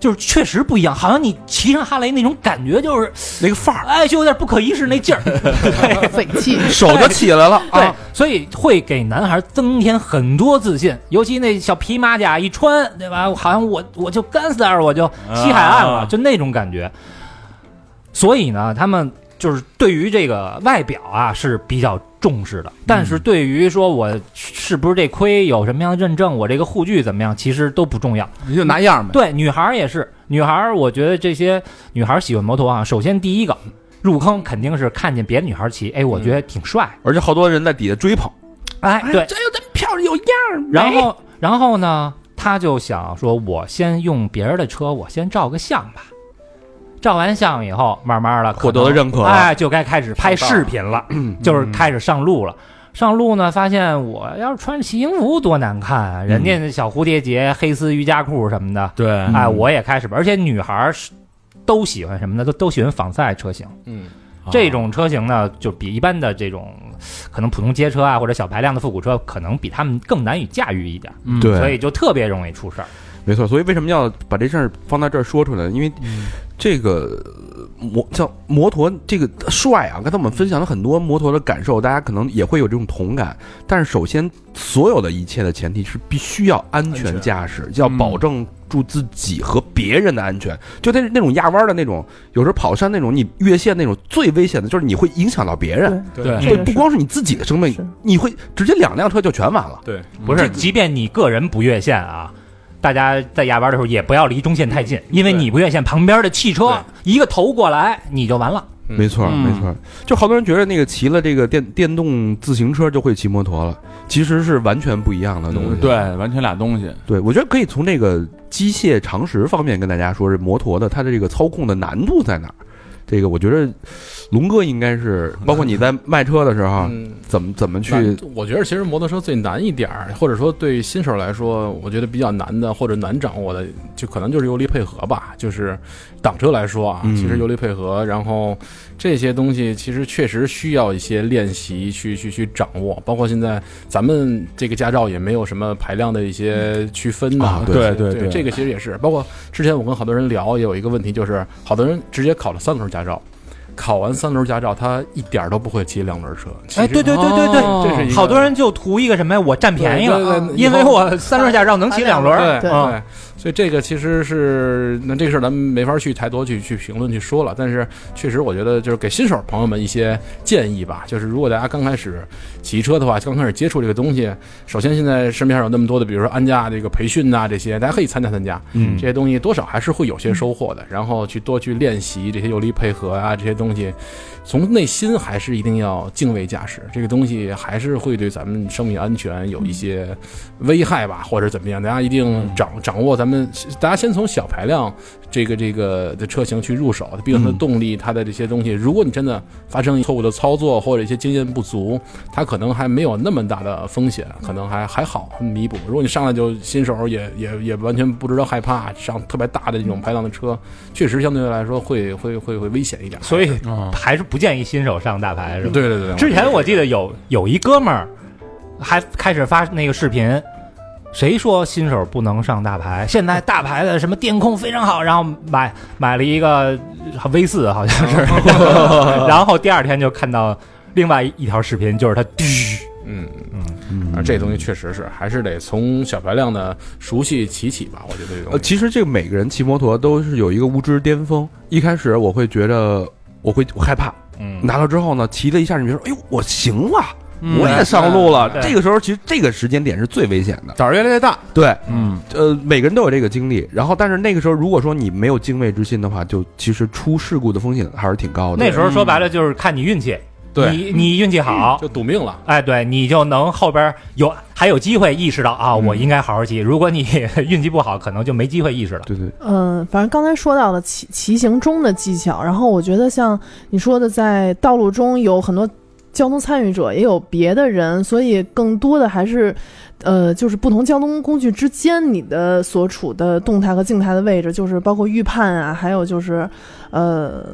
S4: 就是确实不一样，好像你骑上哈雷那种感觉，就是
S2: 那个 范儿，
S4: 哎，就有点不可一世那劲儿。
S6: 匪气。
S2: 手就起来了
S4: 对
S2: 啊！，
S4: 所以会给男孩增添很多自信，尤其那小皮马甲一穿，对吧？好像我我就干死儿，我就西海岸了，
S7: 啊
S4: 就那种感觉。所以呢，他们就是对于这个外表啊是比较重视的，但是对于说我是不是这盔有什么样的认证，我这个护具怎么样，其实都不重要。
S7: 你就拿样呗。
S4: 对，女孩儿也是，女孩儿，我觉得这些女孩儿喜欢摩托啊，首先第一个入坑肯定是看见别的女孩儿骑，哎，我觉得挺帅，
S2: 而且好多人在底下追捧，
S4: 哎，对，
S2: 这又真漂亮，有样儿。
S4: 然后，然后呢，他就想说，我先用别人的车，我先照个相吧。照完相以后，慢慢的
S2: 获得了认可了嗯
S4: 哎，就该开始拍视频了，就是开始上路了。上路呢，发现我要是穿骑行服多难看啊！人家那小蝴蝶结、黑丝瑜伽裤什么的，
S7: 对，
S4: 哎，我也开始吧。而且女孩儿是都喜欢什么呢？都都喜欢仿赛车型。
S5: 嗯，
S4: 这种车型呢，就比一般的这种可能普通街车啊或者小排量的复古车，可能比他们更难以驾驭一点。
S7: 嗯
S2: 对，
S4: 所以就特别容易出事儿。
S2: 没错，所以为什么要把这事儿放在这儿说出来？因为这个呃摩叫摩托这个帅啊，刚才我们分享了很多摩托的感受，大家可能也会有这种同感。但是首先，所有的一切的前提是必须要安全驾驶，要保证住自己和别人的安全。就那那种压弯的那种，有时候跑山那种，你越线那种最危险的就是你会影响到别人，
S7: 嗯
S5: 对
S6: 这个
S2: 不
S6: 是
S2: 光是你自己的生命
S6: 是，
S2: 你会直接两辆车就全完了。
S5: 对，
S4: 不是，即便你个人不越线啊，大家在压弯的时候也不要离中线太近，因为你不越线，旁边的汽车一个头过来你就完了。
S5: 嗯
S2: 没错，
S7: 嗯
S2: 没错，就好多人觉得那个骑了这个电电动自行车就会骑摩托了，其实是完全不一样的东西。
S7: 嗯对，完全俩东西。
S2: 对，我觉得可以从这个机械常识方面跟大家说，这摩托的它的这个操控的难度在哪儿？这个我觉得龙哥应该是，包括你在卖车的时候，啊
S5: 嗯，
S2: 怎么怎么去
S5: 难，我觉得其实摩托车最难一点儿，或者说对新手来说，我觉得比较难的或者难掌握的，就可能就是油离配合吧。就是挡车来说啊，
S2: 嗯
S5: 其实油离配合，然后这些东西其实确实需要一些练习去去去掌握。包括现在咱们这个驾照也没有什么排量的一些区分呐、
S2: 啊
S7: 对对
S5: 对
S7: 对
S5: 这个其实也是。包括之前我跟好多人聊，也有一个问题就是，好多人直接考了三轮驾照。考完三轮驾照，他一点儿都不会骑两轮车。其
S4: 哎，
S5: 实
S4: 对对对对对，
S5: 这是一个
S4: 好多人就图一个什么呀？我占便宜
S5: 对
S4: 了，
S5: 对对
S4: 因为我三轮驾照能骑两轮儿。啊
S5: 对
S6: 对
S5: 对，所以这个其实是那这个事儿咱们没法去太多去去评论去说了，但是确实我觉得就是给新手朋友们一些建议吧，就是如果大家刚开始骑车的话，刚开始接触这个东西，首先现在身边上有那么多的，比如说安驾这个培训呐、这些，大家可以参加参加，
S2: 嗯
S5: 这些东西多少还是会有
S4: 嗯
S5: 些收获的，然后去多去练习这些有力配合啊这些东西，从内心还是一定要敬畏驾驶，这个东西还是会对咱们生命安全有一些危害吧，或者怎么样，大家一定掌掌握咱们，大家先从小排量这个这个的车型去入手，毕竟它的动力，它的这些东西，如果你真的发生错误的操作或者一些经验不足，它可能还没有那么大的风险，可能还还好弥补。如果你上来就新手也也也完全不知道害怕上特别大的这种排量的车，确实相对来说会会会会危险一点。
S4: 所以
S2: 啊
S4: 还是不建议新手上大牌，是吧？
S5: 对对对，
S4: 之前我记得有有一哥们儿还开始发那个视频，谁说新手不能上大牌？现在大牌的什么电控非常好，然后买买了一个 V 四好像是，
S5: 哦
S4: 然后第二天就看到另外一条视频，就是他
S5: 嗯嗯，啊，这东西确实是还是得从小排量的熟悉起起吧，我觉得这
S2: 呃，
S5: 种。
S2: 其实这个每个人骑摩托都是有一个无知巅峰。一开始我会觉得我会我害怕，
S4: 嗯
S2: 拿到之后呢，骑了一下，你比如说，哎呦，我行了，
S4: 嗯
S2: 我也上路了。
S4: 对
S2: 这个时候其实这个时间点是最危险的。
S5: 胆儿越来越大，
S2: 对，
S4: 嗯，
S2: 呃，每个人都有这个经历。然后，但是那个时候如果说你没有敬畏之心的话，就其实出事故的风险还是挺高的。
S4: 那时候说白了就是看你运气，
S5: 对嗯
S4: 你你运气好。
S5: 就赌命了。
S4: 哎，对你就能后边有还有机会意识到
S5: 嗯
S4: 啊，我应该好好骑。如果你 运气不好，可能就没机会意识了。
S2: 对对，
S6: 嗯，反正刚才说到了骑骑行中的技巧，然后我觉得像你说的，在道路中有很多交通参与者，也有别的人，所以更多的还是，呃，就是不同交通工具之间你的所处的动态和静态的位置，就是包括预判啊，还有就是，呃。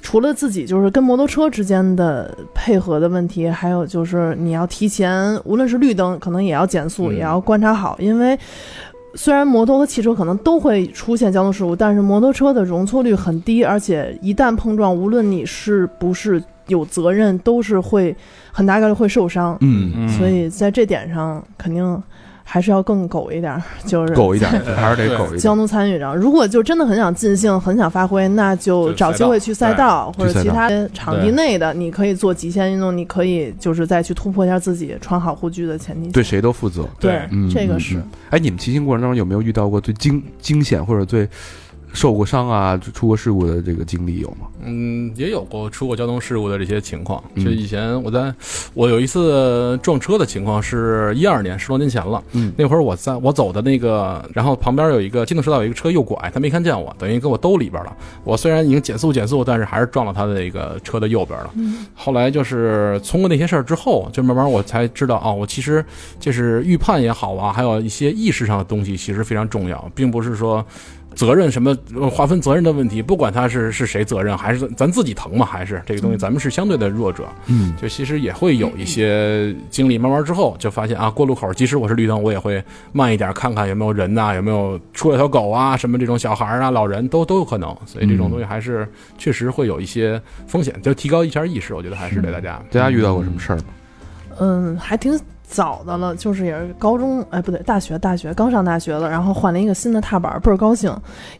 S6: 除了自己就是跟摩托车之间的配合的问题，还有就是你要提前，无论是绿灯，可能也要减速，
S5: 嗯
S6: 也要观察好，因为虽然摩托和汽车可能都会出现交通事故，但是摩托车的容错率很低，而且一旦碰撞，无论你是不是有责任，都是会很大概率会受伤。
S2: 嗯，
S6: 所以在这点上，肯定还是要更狗一点儿， 就是
S2: 狗一点，还是得狗一
S6: 交
S2: 点。
S6: 通参与上。如果就真的很想尽兴、很想发挥，那就
S5: 就
S6: 找机会去赛道
S2: 对
S6: 或者
S2: 去
S6: 其
S2: 赛
S6: 他场地内的，你可以做极限运动，你可以就是再去突破一下自己，穿好护具的前提下。
S2: 对谁都负责。
S6: 对
S2: 嗯，
S6: 这
S2: 嗯
S6: 个是
S2: 嗯。哎，你们骑行过程当中有没有遇到过最惊惊险或者最受过伤啊、出过事故的这个经历有吗？
S5: 嗯，也有过出过交通事故的这些情况。
S2: 嗯
S5: 就以前我在，我有一次撞车的情况是一二年，十多年前了。
S2: 嗯
S5: 那会儿我在我走的那个，然后旁边有一个机动车道有一个车右拐，他没看见我，等于给我兜里边了。我虽然已经减速减速，但是还是撞到他的那个车的右边了。后来就是通过那些事儿之后，就慢慢我才知道哦，我其实就是预判也好啊，还有一些意识上的东西其实非常重要，并不是说。责任什么呃划分责任的问题，不管他是是谁责任，还是咱自己疼嘛，还是这个东西，咱们是相对的弱者，
S2: 嗯，
S5: 就其实也会有一些经历，慢慢之后就发现啊，过路口即使我是绿灯，我也会慢一点，看看有没有人呐、有没有出来条狗啊，什么这种小孩啊、老人都都有可能，所以这种东西还是确实会有一些风险，就提高一下意识，我觉得还是得大家
S2: 大家遇到过什么事儿吗？
S6: 嗯，还挺早的了，就是也是高中，哎，不对，大学，大学刚上大学了，然后换了一个新的踏板，倍儿高兴，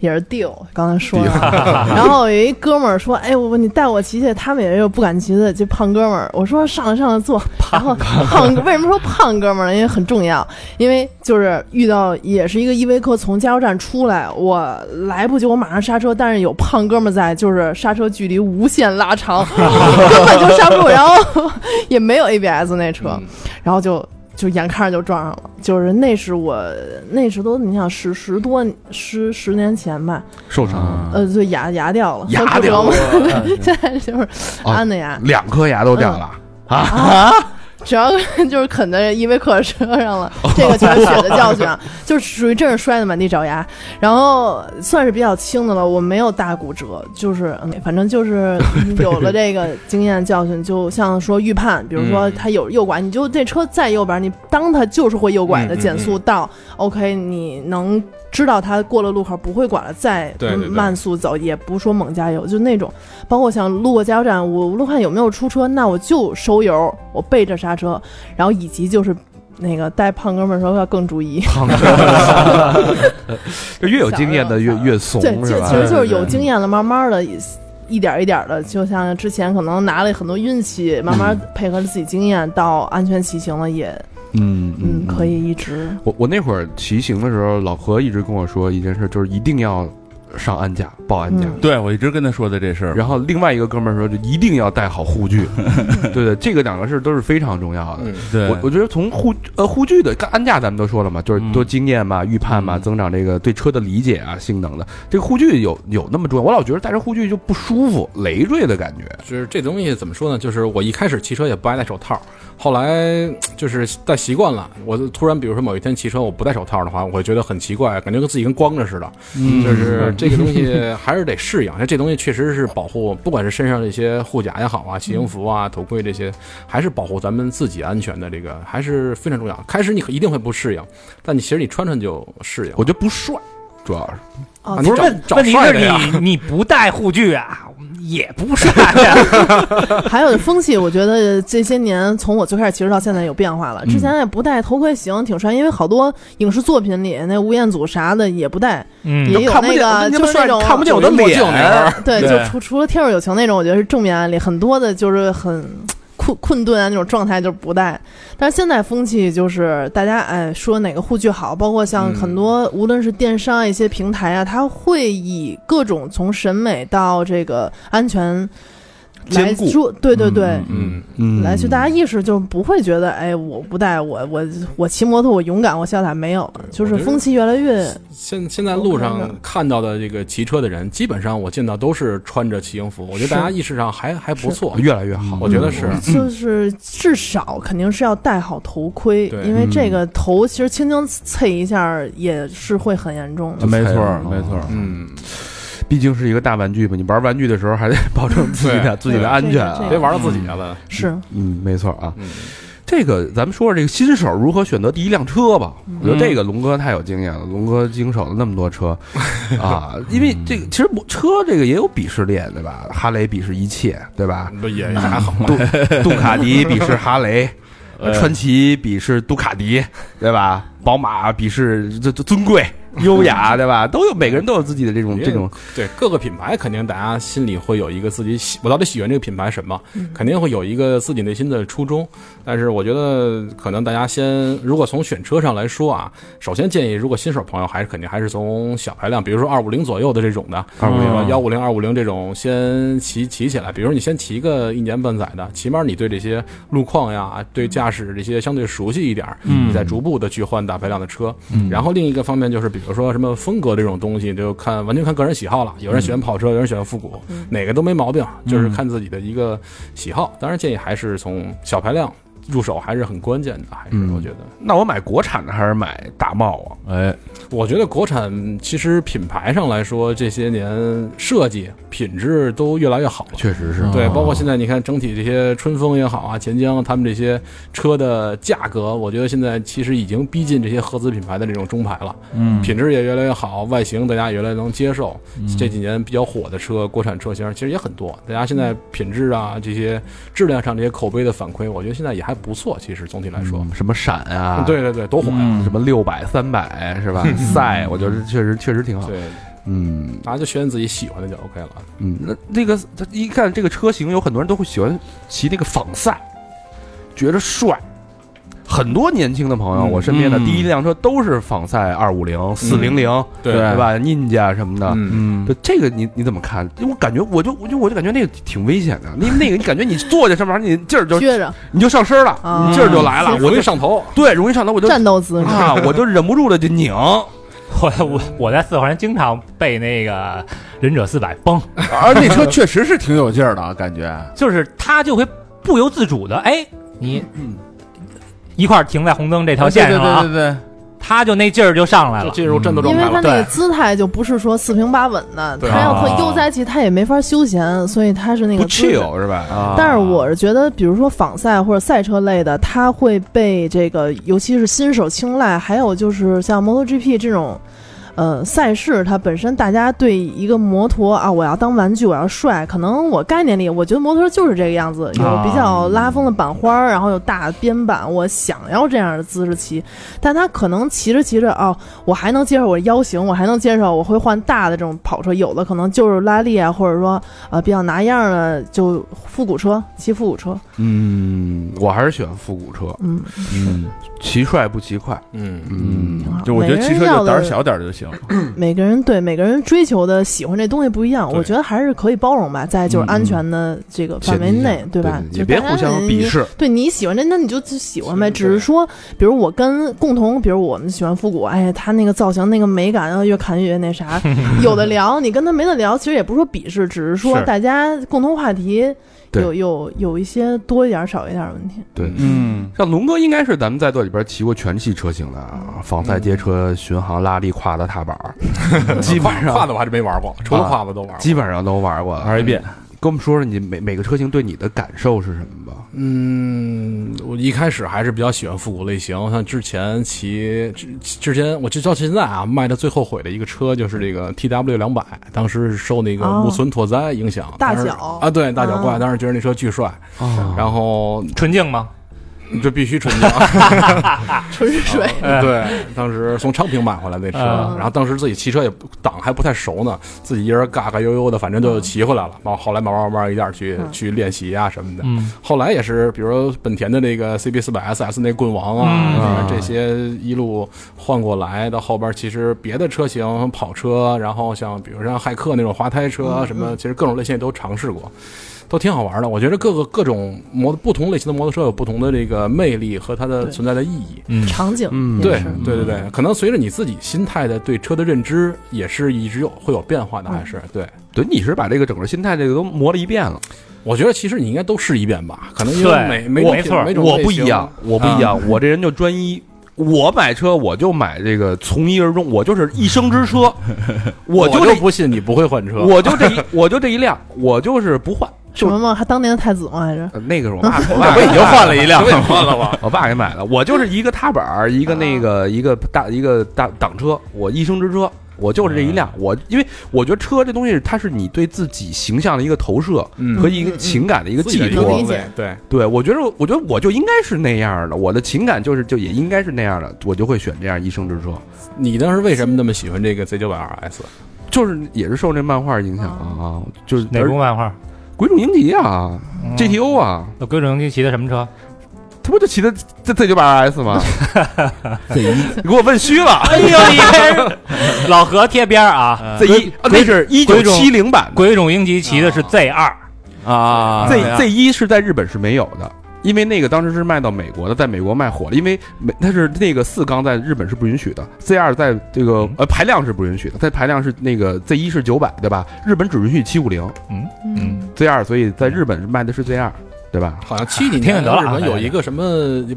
S6: 也是 deal，刚才说的。然后有一哥们儿说，哎，我你带我骑去，他们也有不敢骑的，这胖哥们儿，我说上来上来坐，然后胖为什么说胖哥们儿呢？因为很重要，因为就是遇到也是一个依维柯从加油站出来，我来不及，我马上刹车，但是有胖哥们儿在，就是刹车距离无限拉长，根本就刹不住，然后也没有 ABS 那车，然后就就眼看着就撞上了，就是那是我那时都你想十十多十十年前吧，
S2: 受
S5: 啊
S2: 伤啊
S6: 呃，就牙牙掉了，
S2: 牙掉
S6: 了
S2: 了，
S6: 现在就是
S5: 哦
S6: 安的牙，
S2: 两颗牙都掉
S6: 嗯
S2: 了，
S5: 啊
S6: 只要就是啃在依维柯车上了，
S5: 哦
S6: 这 个就是血的教训啊，就是属于真是摔得满地找牙，然后算是比较轻的了，我没有大骨折，就是嗯反正就是 有了这个经验教训，就像说预判，比如说
S5: 嗯
S6: 他有右拐，你就这车再右边，你当他就是会右拐的
S5: 嗯嗯
S6: 减速到、OK，你能。知道他过了路口不会管了，再
S5: 对对对
S6: 慢速走，也不说猛加油，就那种。包括想路过加油站，我无论看有没有出车，那我就收油，我背着刹车，然后以及就是那个带胖哥们儿的时候要更注意。
S2: 啊 这越有经验的越
S6: 小时候
S2: 越怂
S6: 对，
S2: 是
S6: 这
S2: 吧
S6: 其？实就是有经验了，慢慢的。一点一点的，就像之前可能拿了很多运气，慢慢配合着自己经验，到安全骑行了也，
S2: 嗯
S6: 嗯，可。以一直
S2: 我我那会儿骑行的时候，老何一直跟我说一件事，就是一定要上安驾报安驾。
S6: 嗯
S7: 对我一直跟他说的这事儿，
S2: 然后另外一个哥们儿说，就一定要带好护 具。对对，这个两个事儿都是非常重要的。
S5: 嗯
S7: 对
S2: 我我觉得从护呃护具的安驾咱们都说了嘛，就是多经验嘛、预判嘛、
S5: 嗯
S2: 增长这个对车的理解啊、性能的。这个护具有有那么重要？我老觉得戴着护具就不舒服、累赘的感觉。
S5: 就是这东西怎么说呢？就是我一开始骑车也不爱戴手套，后来就是戴习惯了。我就突然比如说某一天骑车我不戴手套的话，我会觉得很奇怪，感觉跟自己跟光着似的。
S7: 嗯
S5: 就是这个东西
S4: 嗯
S5: 还是得适应，这东西确实是保护，不管是身上这些护甲也好啊，骑行服啊、头盔这些，还是保护咱们自己安全的这个还是非常重要。开始你一定会不适应，但你其实你穿穿就适应。
S2: 我觉得不帅，主要是
S6: 啊
S5: 啊，你
S4: 哦不是
S5: 找
S4: 问
S5: 找
S4: 问题
S5: 帅
S4: 是
S5: 的呀。
S4: 你你不带护具啊，也不帅呀、
S6: 还有风气，我觉得这些年从我最开始骑车到现在有变化了。之前也不戴头盔行，挺帅，因为好多影视作品里那吴彦祖啥的也不戴，也
S4: 嗯，
S6: 有
S2: 看不见
S6: 那个
S2: 那
S6: 就
S2: 么
S6: 是那
S2: 帅
S6: 种
S2: 看不见我的
S5: 墨
S2: 脸
S5: 镜那会儿，
S6: 对，
S7: 对
S6: 就除除了《天若有情》那种，我觉得是正面案例，很多的就是很困困顿啊那种状态就是不戴。但是现在风气就是大家哎说哪个护具好，包括像
S5: 嗯
S6: 很多、无论是电商啊一些平台啊，它会以各种从审美到这个安全
S2: 兼
S6: 来
S2: 顾
S6: 说，对对对。
S5: 嗯，
S2: 嗯
S6: 来去，大家意识就不会觉得，哎，我不戴我我我骑摩托，我勇敢，我潇洒，没有了，就是
S5: 我觉得
S6: 风气越来越
S5: 现现在路上看到的这个骑车的人，基本上我见到都是穿着骑行服，我觉得大家意识上还还不错。
S2: 越来越好。
S5: 我觉
S6: 嗯
S5: 得是，
S6: 就是至少肯定是要戴好头盔，
S5: 对嗯
S6: 因为这个头其实轻轻蹭一下也是会很严重的。
S7: 没错
S2: 才
S7: 没错，
S5: 嗯，
S2: 毕竟是一个大玩具嘛，你玩玩具的时候还得 保证自己的自己的安全啊
S6: 这个这。
S5: 别玩到自己了。
S6: 是，
S2: 嗯，没错啊。
S5: 嗯
S2: 这个咱们说说这个新手如何选择第一辆车吧。
S5: 嗯
S2: 我觉得这个龙哥太有经验了，龙哥经手了那么多 车啊，因为这个其实我车这个也有鄙视链对吧？哈雷鄙视一切对吧？
S5: 不也也还好呃嘛。
S2: 杜卡迪鄙视哈 雷。传奇鄙视杜卡迪，对吧？宝马鄙视这这尊贵、优 雅，对吧？都有每个人都有自己的这种这种
S5: 对各个品牌，肯定大家心里会有一个自己喜，我到底喜欢这个品牌什么，肯定会有一个自己内心的初衷。但是我觉得，可能大家先，如果从选车上来说啊，首先建议，如果新手朋友还是肯定还是从小排量，比如说二五零左右的这种的，
S7: 250
S5: 幺五零、二五零这种先骑骑起来。比如你先骑个一年半载的，起码你对这些路况呀、对驾驶这些相对熟悉一点儿，你再逐步的去换大排量的车。然后另一个方面就是，比如说什么风格这种东西，就看完全看个人喜好了。有人喜欢跑车，有人喜欢复古，哪个都没毛病，就是看自己的一个喜好。当然建议还是从小排量入手，还是很关键的。还是
S2: 嗯
S5: 我觉得，
S2: 那我买国产的还是买大贸啊？
S7: 哎，
S5: 我觉得国产其实品牌上来说，这些年设计品质都越来越好了。
S2: 确实是啊
S5: 对，包括现在你看整体这些春风也好啊，钱江他们这些车的价格，我觉得现在其实已经逼近这些合资品牌的这种中牌了。嗯，品质也越来越好，外形大家也越来越能接受。
S2: 嗯
S5: 这几年比较火的车，国产车型其实也很多，大家现在品质啊这些质量上这些口碑的反馈，我觉得现在也还不错。其实总体来说，
S2: 什么闪啊，
S5: 嗯对对对，都火呀。
S2: 什么六百、三百是吧？赛，我觉得确实确实挺好。
S5: 嗯对，
S2: 嗯
S5: 大家啊就选自己喜欢的就 OK 了。
S2: 嗯，那那个他一看这个车型，有很多人都会喜欢骑那个仿赛，觉得帅，很多年轻的朋友，
S5: 嗯
S2: 我身边的
S5: 嗯
S2: 第一辆车都是仿赛二五零、四零零，
S5: 对
S2: 对吧？Ninja 什么的，
S5: 嗯，
S7: 嗯，
S2: 对这个你你怎么看？因为我感觉我就我就我就感觉那个挺危险的，那那个你感觉你坐在上面，你劲儿就
S6: 撅着
S2: 你就上身了，
S6: 啊
S2: 你劲儿就来了，我
S5: 容易
S2: 就
S5: 上头，
S2: 对容易上头，我就
S6: 战斗姿势，
S2: 啊，我就忍不住的就拧，
S4: 我我我在四环经常被那个忍者四百崩，
S7: 而那车确实是挺有劲儿的，啊感觉。
S4: 就是他就会不由自主的，哎，你一块儿停在红灯这条线上了啊，
S7: 对对对
S4: 他就那劲儿就上来
S5: 就
S4: 了。
S5: 进入战斗状
S6: 因为
S5: 态
S6: 他
S5: 了。
S6: 那个
S4: 对
S6: 姿态就不是说四平八稳的，
S5: 对
S6: 他要
S4: 啊
S6: 特悠哉气，他也没法休闲，所以他是那
S7: 对，不
S6: 个姿势
S7: chill 是吧？
S2: 啊
S6: 但是我是觉得，比如说仿赛或者赛车类的，它会被这个，尤其是新手青睐。还有就是像 MotoGP 这种，呃，赛事它本身大家对一个摩托啊，我要当玩具，我要帅。可能我概念里，我觉得摩托就是这个样子，有比较拉风的板花儿，然后有大边板，我想要这样的姿势骑。但它可能骑着骑着，哦，我还能接受我的腰哦型，我还能接受我会换大的这种跑车，有的可能就是拉力啊，或者说呃比较拿样儿的就复古车，骑复古车，
S2: 嗯，我还是喜欢复古车，
S6: 嗯，
S7: 嗯
S2: 骑帅不骑快，
S5: 嗯，
S7: 嗯
S2: 嗯，
S6: 挺好。
S7: 就我觉得
S6: 每个
S7: 骑
S6: 人
S7: 车
S6: 要
S7: 就
S6: 的
S7: 胆儿小点儿就行。
S6: 每个人对每个人追求的喜欢这东西不一样，
S5: 对
S6: 我觉得还是可以包容吧，在就是安全的这个范围内，对吧？就
S2: 嗯也别
S6: 大家嗯
S2: 互相
S6: 你
S2: 鄙视，
S6: 对你喜欢这，那你就就喜欢呗。
S5: 是
S6: 只是说，比如我跟共同，比如我们喜欢复古，哎，他那个造型、那个美感，然后越看越那 啥，有的聊。你跟他没得聊，其实也不是说鄙视，只是说
S4: 是
S6: 大家共同话题
S2: 对
S6: 有有有一些多一点儿少一点儿的问题。
S2: 对
S7: 嗯，
S2: 像龙哥应该是咱们在座里边骑过全系车型的啊，
S6: 嗯
S2: 仿赛街车、巡航、拉力、跨的、踏板儿， 基本
S5: 胯
S2: 上
S5: 子我还真没玩过，除了
S2: 啊
S5: 胯子都玩过。
S2: 基本上都玩过了。嗯
S7: 玩一遍，
S2: 跟我们说说你每每个车型对你的感受是什么吧？
S5: 嗯，我一开始还是比较喜欢复古类型，像之前骑之之前，我直到现在啊，卖的最后悔的一个车就是这个 T W 两百，当时是受那个
S6: 哦
S5: 木村拓哉影响，
S6: 大
S5: 当时
S6: 脚
S5: 啊，对大脚怪，
S6: 啊
S5: 当时觉得那车巨帅，
S7: 哦
S5: 然后
S4: 纯净吗？
S5: 这必须纯正，
S6: 纯是
S2: 哦
S6: 水，
S5: 对，当时从昌平买回来那车，
S4: 嗯
S5: 然后当时自己骑车也不档还不太熟呢，自己一人嘎嘎悠悠的，反正就骑回来了。然后后来慢慢慢慢一点儿去、
S6: 嗯
S5: 去练习啊什么的。
S4: 嗯，
S5: 后来也是，比如说本田的那个 CB 四百 SS 那棍王
S4: 嗯
S5: 啊，什么这些一路换过来，到后边其实别的车型跑车，然后像比如像骇客那种滑胎车啊什么，其实各种类型也都尝试过，都挺好玩的。我觉得各个各种摩不同类型的摩托车有不同的这个魅力和它的
S6: 对
S5: 存在的意义。
S6: 场景
S2: 嗯
S6: 也
S5: 对
S6: 是
S5: 对对对，可能随着你自己心态的对车的认知，也是一直有会有变化的，还
S2: 嗯
S5: 是对。
S2: 对，你是把这个整个心态这个都磨了一遍了。
S5: 我觉得其实你应该都试一遍吧，可能因为
S4: 对
S5: 每每
S4: 我
S5: 种
S4: 没错
S5: 每种
S2: 我
S5: 类
S2: 不
S5: 型
S2: 一
S7: 啊
S2: 样，，我不一样，我这人就专一。我买车，我就买这个从一而终，我就是一生之 车，我
S5: 我
S2: 就
S5: 就
S2: 这，
S5: 不信你不会换车。
S2: 我就这一，我就这一辆，我就是不换。
S6: 什么吗？还当年的太子吗？还是
S2: 呃那个是我爸，我爸
S7: 不已
S4: 啊
S7: 经换了一辆
S2: 我也换了吧？我爸给买的，我就是一个踏板儿，一个那个一个大一个大挡车，我一生之车，我就是这一辆。我因为我觉得车这东西，它是你对自己形象的一个投射
S5: 嗯
S2: 和一个情感的一个
S5: 自己
S2: 寄
S5: 的
S6: 能
S2: 托
S6: 理。解
S5: 对对，
S2: 对我觉得，我觉得我就应该是那样的，我的情感就是就也应该是那样的，我就会选这样一生之车。
S5: 你当时为什么那么喜欢这个 Z 九百 RS？
S2: 就是也是受这漫画影响啊，就是
S4: 哪部嗯漫画
S2: 鬼冢英吉啊，GTO 啊，
S4: 那龟冢英吉骑的什么车？
S2: 他不就骑的这这九百 RS 吗？
S3: 这一
S2: 你给我问虚了。
S4: 哎呦，你看 老何贴边儿啊！
S2: Z 一啊，那是一九
S4: 鬼冢
S2: 七零版的
S4: 鬼冢英吉骑的是 Z 二，
S7: 啊
S2: Z Z 一是在日本是没有的，因为那个当时是卖到美国的，在美国卖火了，因为美它是那个四缸在日本是不允许的，Z 二在这个呃排量是不允许的，在排量是那个 Z 一是九百对吧？日本只允许七五零
S4: 嗯嗯，
S2: Z 二，所以在日本卖的是 Z 二对吧？
S5: 好像 七几
S4: 听
S5: 年
S4: 着得了
S5: 日
S4: 啊
S5: 本有一个什么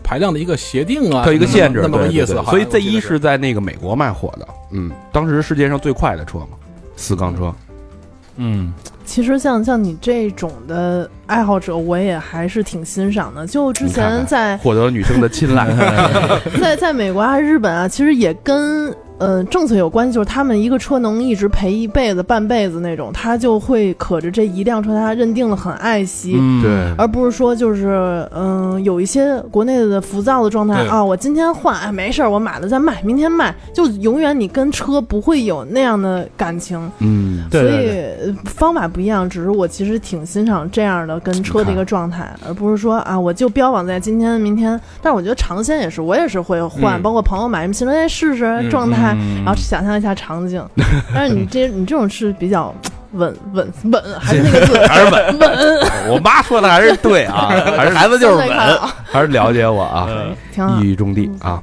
S5: 排量的一个协定啊，
S2: 哎它有一个限制，
S5: 那么那
S2: 对
S5: 么个
S2: 对
S5: 意思
S2: 对。
S5: 好像
S2: 所以
S5: 我记
S2: Z
S5: 得
S2: 一
S5: 是
S2: 是在那个美国卖火的，嗯，当时世界上最快的车嘛，四缸车，
S7: 嗯，
S6: 其实像像你这种的爱好者，我也还是挺欣赏的。就之
S2: 你看
S6: 前
S2: 看
S6: 在
S2: 获得女生的青睐，
S6: 在在美国啊、日本啊，其实也跟呃政策有关系，就是他们一个车能一直赔一辈子、半辈子那种，他就会可着这一辆车，他认定了很爱惜。
S7: 嗯，
S3: 对，
S6: 而不是说就是嗯、有一些国内的浮躁的状态
S5: 对
S6: 啊，我今天换，哎，没事儿，我买了再卖，明天卖，就永远你跟车不会有那样的感情，
S7: 嗯，
S4: 对对对，
S6: 所以呃方法不一样。只是我其实挺欣赏这样的跟车的一个状态，而不是说啊，我就标榜在今天、明天。但是我觉得尝鲜也是，我也是会换，
S5: 嗯
S6: 包括朋友买什么新车，哎，试试状态，然后想象一下场景。但是你这你这种是比较稳稳稳，还是那个字
S2: 还是稳稳。嗯我妈说的还是对啊，还是
S3: 孩子就是
S6: 相对嗯看
S3: 稳，
S6: 好
S2: 还是了解我啊，
S6: 挺好
S2: 一。语中的啊。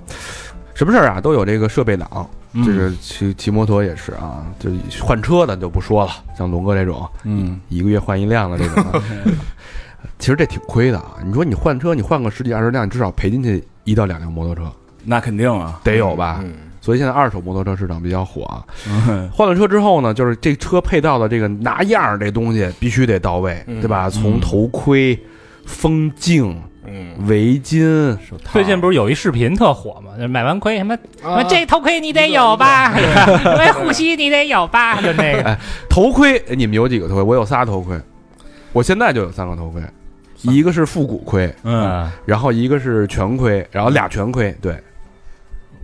S2: 什么事儿啊都有这个设备党，这个骑骑摩托也是啊，就是换车咱就不说了，像龙哥这种
S7: 嗯，
S2: 一个月换一辆的这种啊，其实这挺亏的啊。你说你换车，你换个十几二十辆，你至少赔进去一到两辆摩托车，
S7: 那肯定啊，
S2: 得有吧？
S5: 嗯
S2: 所以现在二手摩托车市场比较火啊。换了车之后呢，就是这车配到的这个拿样儿这东西必须得到位，
S5: 嗯
S2: 对吧？从头盔、风镜、
S5: 嗯，
S2: 围巾，
S4: 最近不是有一视频特火吗？就是买完亏什么
S5: 啊
S4: 这头盔你得有 吧，哎，护膝你得有吧，就那
S5: 嗯
S4: 个。
S2: 头盔，哎你们有几个头盔？我有仨头盔，我现在就有三个头盔，一个是复古盔，
S7: 嗯，
S4: 嗯，
S2: 然后一个是全盔，然后俩全盔，对，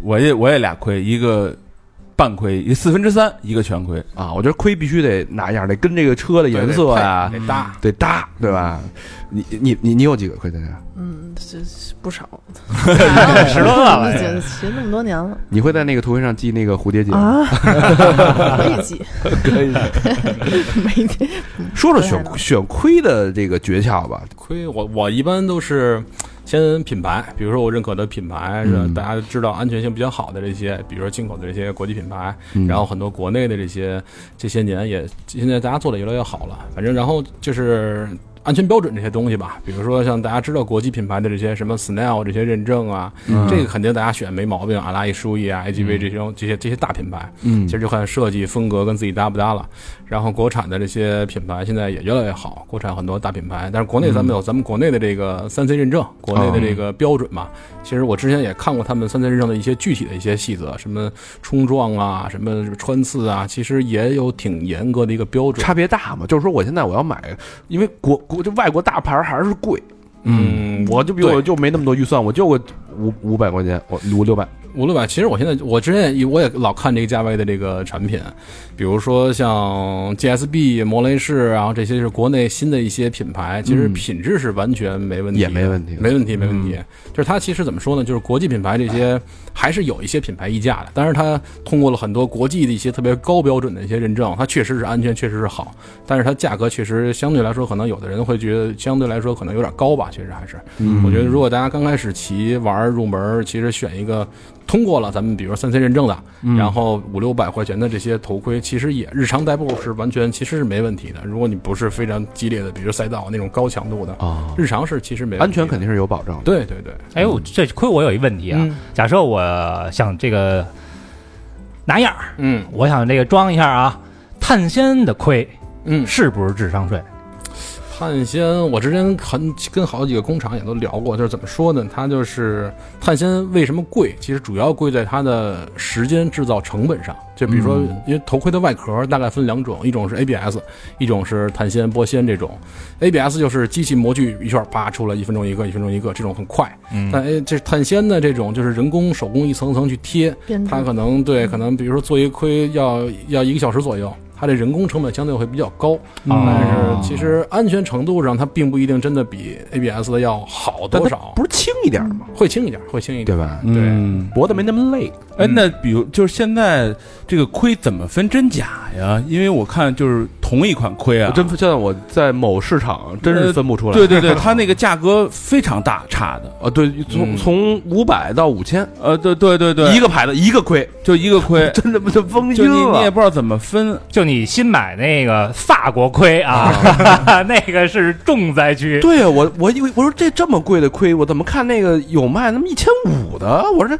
S7: 我也我也俩亏，一个半亏，一四分之三，一个全亏，
S2: 啊，我觉得盔必须得拿样儿，得跟这个车的颜色呀、
S7: 得搭，
S2: 得搭，对吧？你你你你有几个盔在这？
S6: 嗯，这是不 少，啊
S4: 十多个吧
S6: 已经学那么多年了
S2: 你会在那个头盔上系那个蝴蝶结吗？
S6: 啊，可以 记，
S2: 可 以。
S6: 每天
S2: 说说选
S6: 对的
S2: 选盔的这个诀窍吧。
S5: 亏我我一般都是先品牌，比如说我认可的品牌是
S2: 嗯
S5: 大家知道安全性比较好的这些，比如说进口的这些国际品牌，
S2: 嗯
S5: 然后很多国内的这些这些年也现在大家做的越来越好了，反正然后就是。安全标准这些东西吧，比如说像大家知道国际品牌的这些什么 Snell 这些认证啊，
S2: 嗯
S5: 这个肯定大家选没毛病，阿拉伊舒逸啊、AGV 这种这些这些大品牌，
S2: 嗯
S5: 其实就看设计风格跟自己搭不搭了。然后国产的这些品牌现在也越来越好，国产很多大品牌，但是国内咱
S2: 嗯
S5: 们有咱们国内的这个三 C 认证，国内的这
S2: 哦
S5: 个标准嘛。其实我之前也看过他们三 C 认证的一些具体的一些细则，什么冲撞啊，什么穿刺啊，其实也有挺严格的一个标准。
S2: 差别大嘛，就是说我现在我要买，因为国国这外国大牌还是贵，
S5: 嗯，
S2: 我就比
S5: 对
S2: 我就没那么多预算，我就个五五百块钱，我五六百，
S5: 五六百，其实我现在我之前也我也老看这个价位的这个产品，比如说像 GSB、摩雷士，然后这些是国内新的一些品牌，其实品质是完全没问题的，
S2: 嗯也没问题嗯
S5: 没问题，没问题。就是它其实怎么说呢？就是国际品牌这些还是有一些品牌溢价的，但是它通过了很多国际的一些特别高标准的一些认证，它确实是安全，确实是好，但是它价格确实相对来说，可能有的人会觉得相对来说可能有点高吧，确实还是。
S2: 嗯
S5: 我觉得如果大家刚开始骑玩儿入门儿，其实选一个通过了咱们比如三 C 认证的，
S2: 嗯
S5: 然后五六百块钱的这些头盔，其实也日常代步是完全其实是没问题的。如果你不是非常激烈的，比如赛道那种高强度的，
S2: 啊，
S5: 日常是其实没问题的
S2: 安全肯定是有保障的。
S5: 对对对，
S4: 哎，我这亏我有一问题
S5: 嗯
S4: 啊，假设我想这个拿样儿，
S5: 嗯
S4: 我想这个装一下啊，碳纤的盔
S5: 嗯，
S4: 是不是智商税？
S5: 碳纤，我之前很跟好几个工厂也都聊过，就是怎么说呢？它就是碳纤为什么贵？其实主要贵在它的时间制造成本上。就比如说，
S2: 嗯
S5: 因为头盔的外壳大概分两种，一种是 ABS，一种是碳纤、玻纤这种。ABS 就是机器模具一圈儿啪出来，一分钟一个，一分钟一个，这种很快。
S7: 嗯
S5: 但哎，这碳纤呢，这种就是人工手工一层层去贴，
S6: 编织
S5: 它可能对，可能比如说做一个盔要要一个小时左右，它的人工成本相对会比较高，
S2: 嗯
S5: 但是其实安全程度上它并不一定真的比 ABS 的要好
S2: 但
S5: 多
S2: 它
S5: 少，
S2: 不是轻一点吗？
S5: 会轻一点，会轻一
S2: 对
S5: 点。
S2: 吧？
S7: 嗯。
S2: 脖子没那么累。
S7: 哎，那比如就是现在这个盔怎么分真假呀？因为我看就是同一款盔啊
S2: 我，真现在我在某市场真是分不出来。
S7: 对对对，它那个价格非常大差的，
S2: 啊，对，从
S5: 嗯
S2: 从五百到五千，
S7: 呃，对对对对，
S2: 一个牌子一个盔，，
S7: 就一个 盔
S2: 真的不就疯
S7: 就
S2: 晕
S7: 你你也
S2: 了。
S7: 不知道怎么分，
S4: 就你新买那个法国盔 啊， 那个是重灾 区。
S2: 对呀，我我以为我说这这么贵的盔，我怎么看那个有卖那么一千五的？我说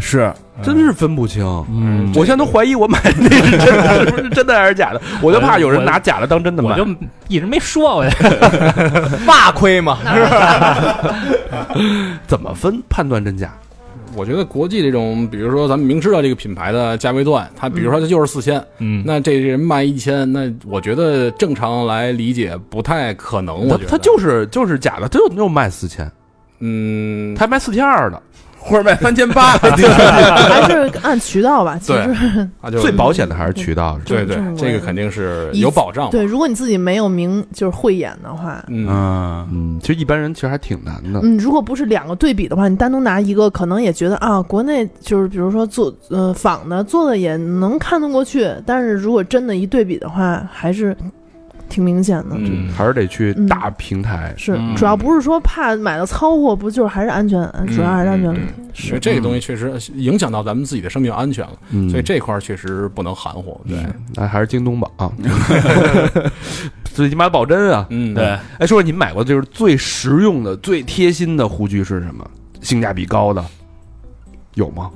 S7: 是
S2: 这真呃是分不清。
S7: 嗯
S2: 我现在都怀疑我买的那是真的，是不是真的还是假的？我就怕有人拿假的当真的
S4: 我
S2: 买
S4: 就。一直没说， 我
S3: 大亏嘛，
S2: 怎么分判断真假？
S5: 我觉得国际这种，比如说咱们明知道这个品牌的价位段，它比如说它就是四千，
S4: 嗯，
S5: 那这人卖一千，那我觉得正常来理解不太可能。
S2: 他
S5: 我觉得
S2: 他就是就是假的，他就就卖四千，
S5: 嗯，
S2: 他还卖四千二呢，
S7: 或者卖三 千八，
S6: 还是按渠道吧。其实
S5: 他就
S2: 最保险的还是渠道，是吧
S5: 对对
S6: 正，规
S5: 这个肯定是有保障嘛。
S6: 对，如果你自己没有明就是慧眼的话，
S5: 嗯，
S7: 嗯，
S2: 嗯，其实一般人其实还挺难的，
S6: 嗯，如果不是两个对比的话，你单独拿一个，可能也觉得啊，国内就是比如说做呃仿的做的也能看得过去，但是如果真的一对比的话，还是挺明显的。
S5: 嗯，
S2: 还是得去
S6: 嗯
S2: 大平台。
S6: 是，
S5: 嗯
S6: 主要不是说怕买到糙货，不就是还是安全，呃主要还是安
S5: 嗯
S6: 全问题。
S5: 因为这个东西确实影响到咱们自己的生命安全了，
S2: 嗯
S5: 所以这块儿确实不能含糊。对，
S2: 那还是京东吧啊， 最起码保真啊。
S5: 嗯，
S4: 对，
S2: 哎，说说你们买过就是最实用的、最贴心的护具是什么？性价比高的有吗？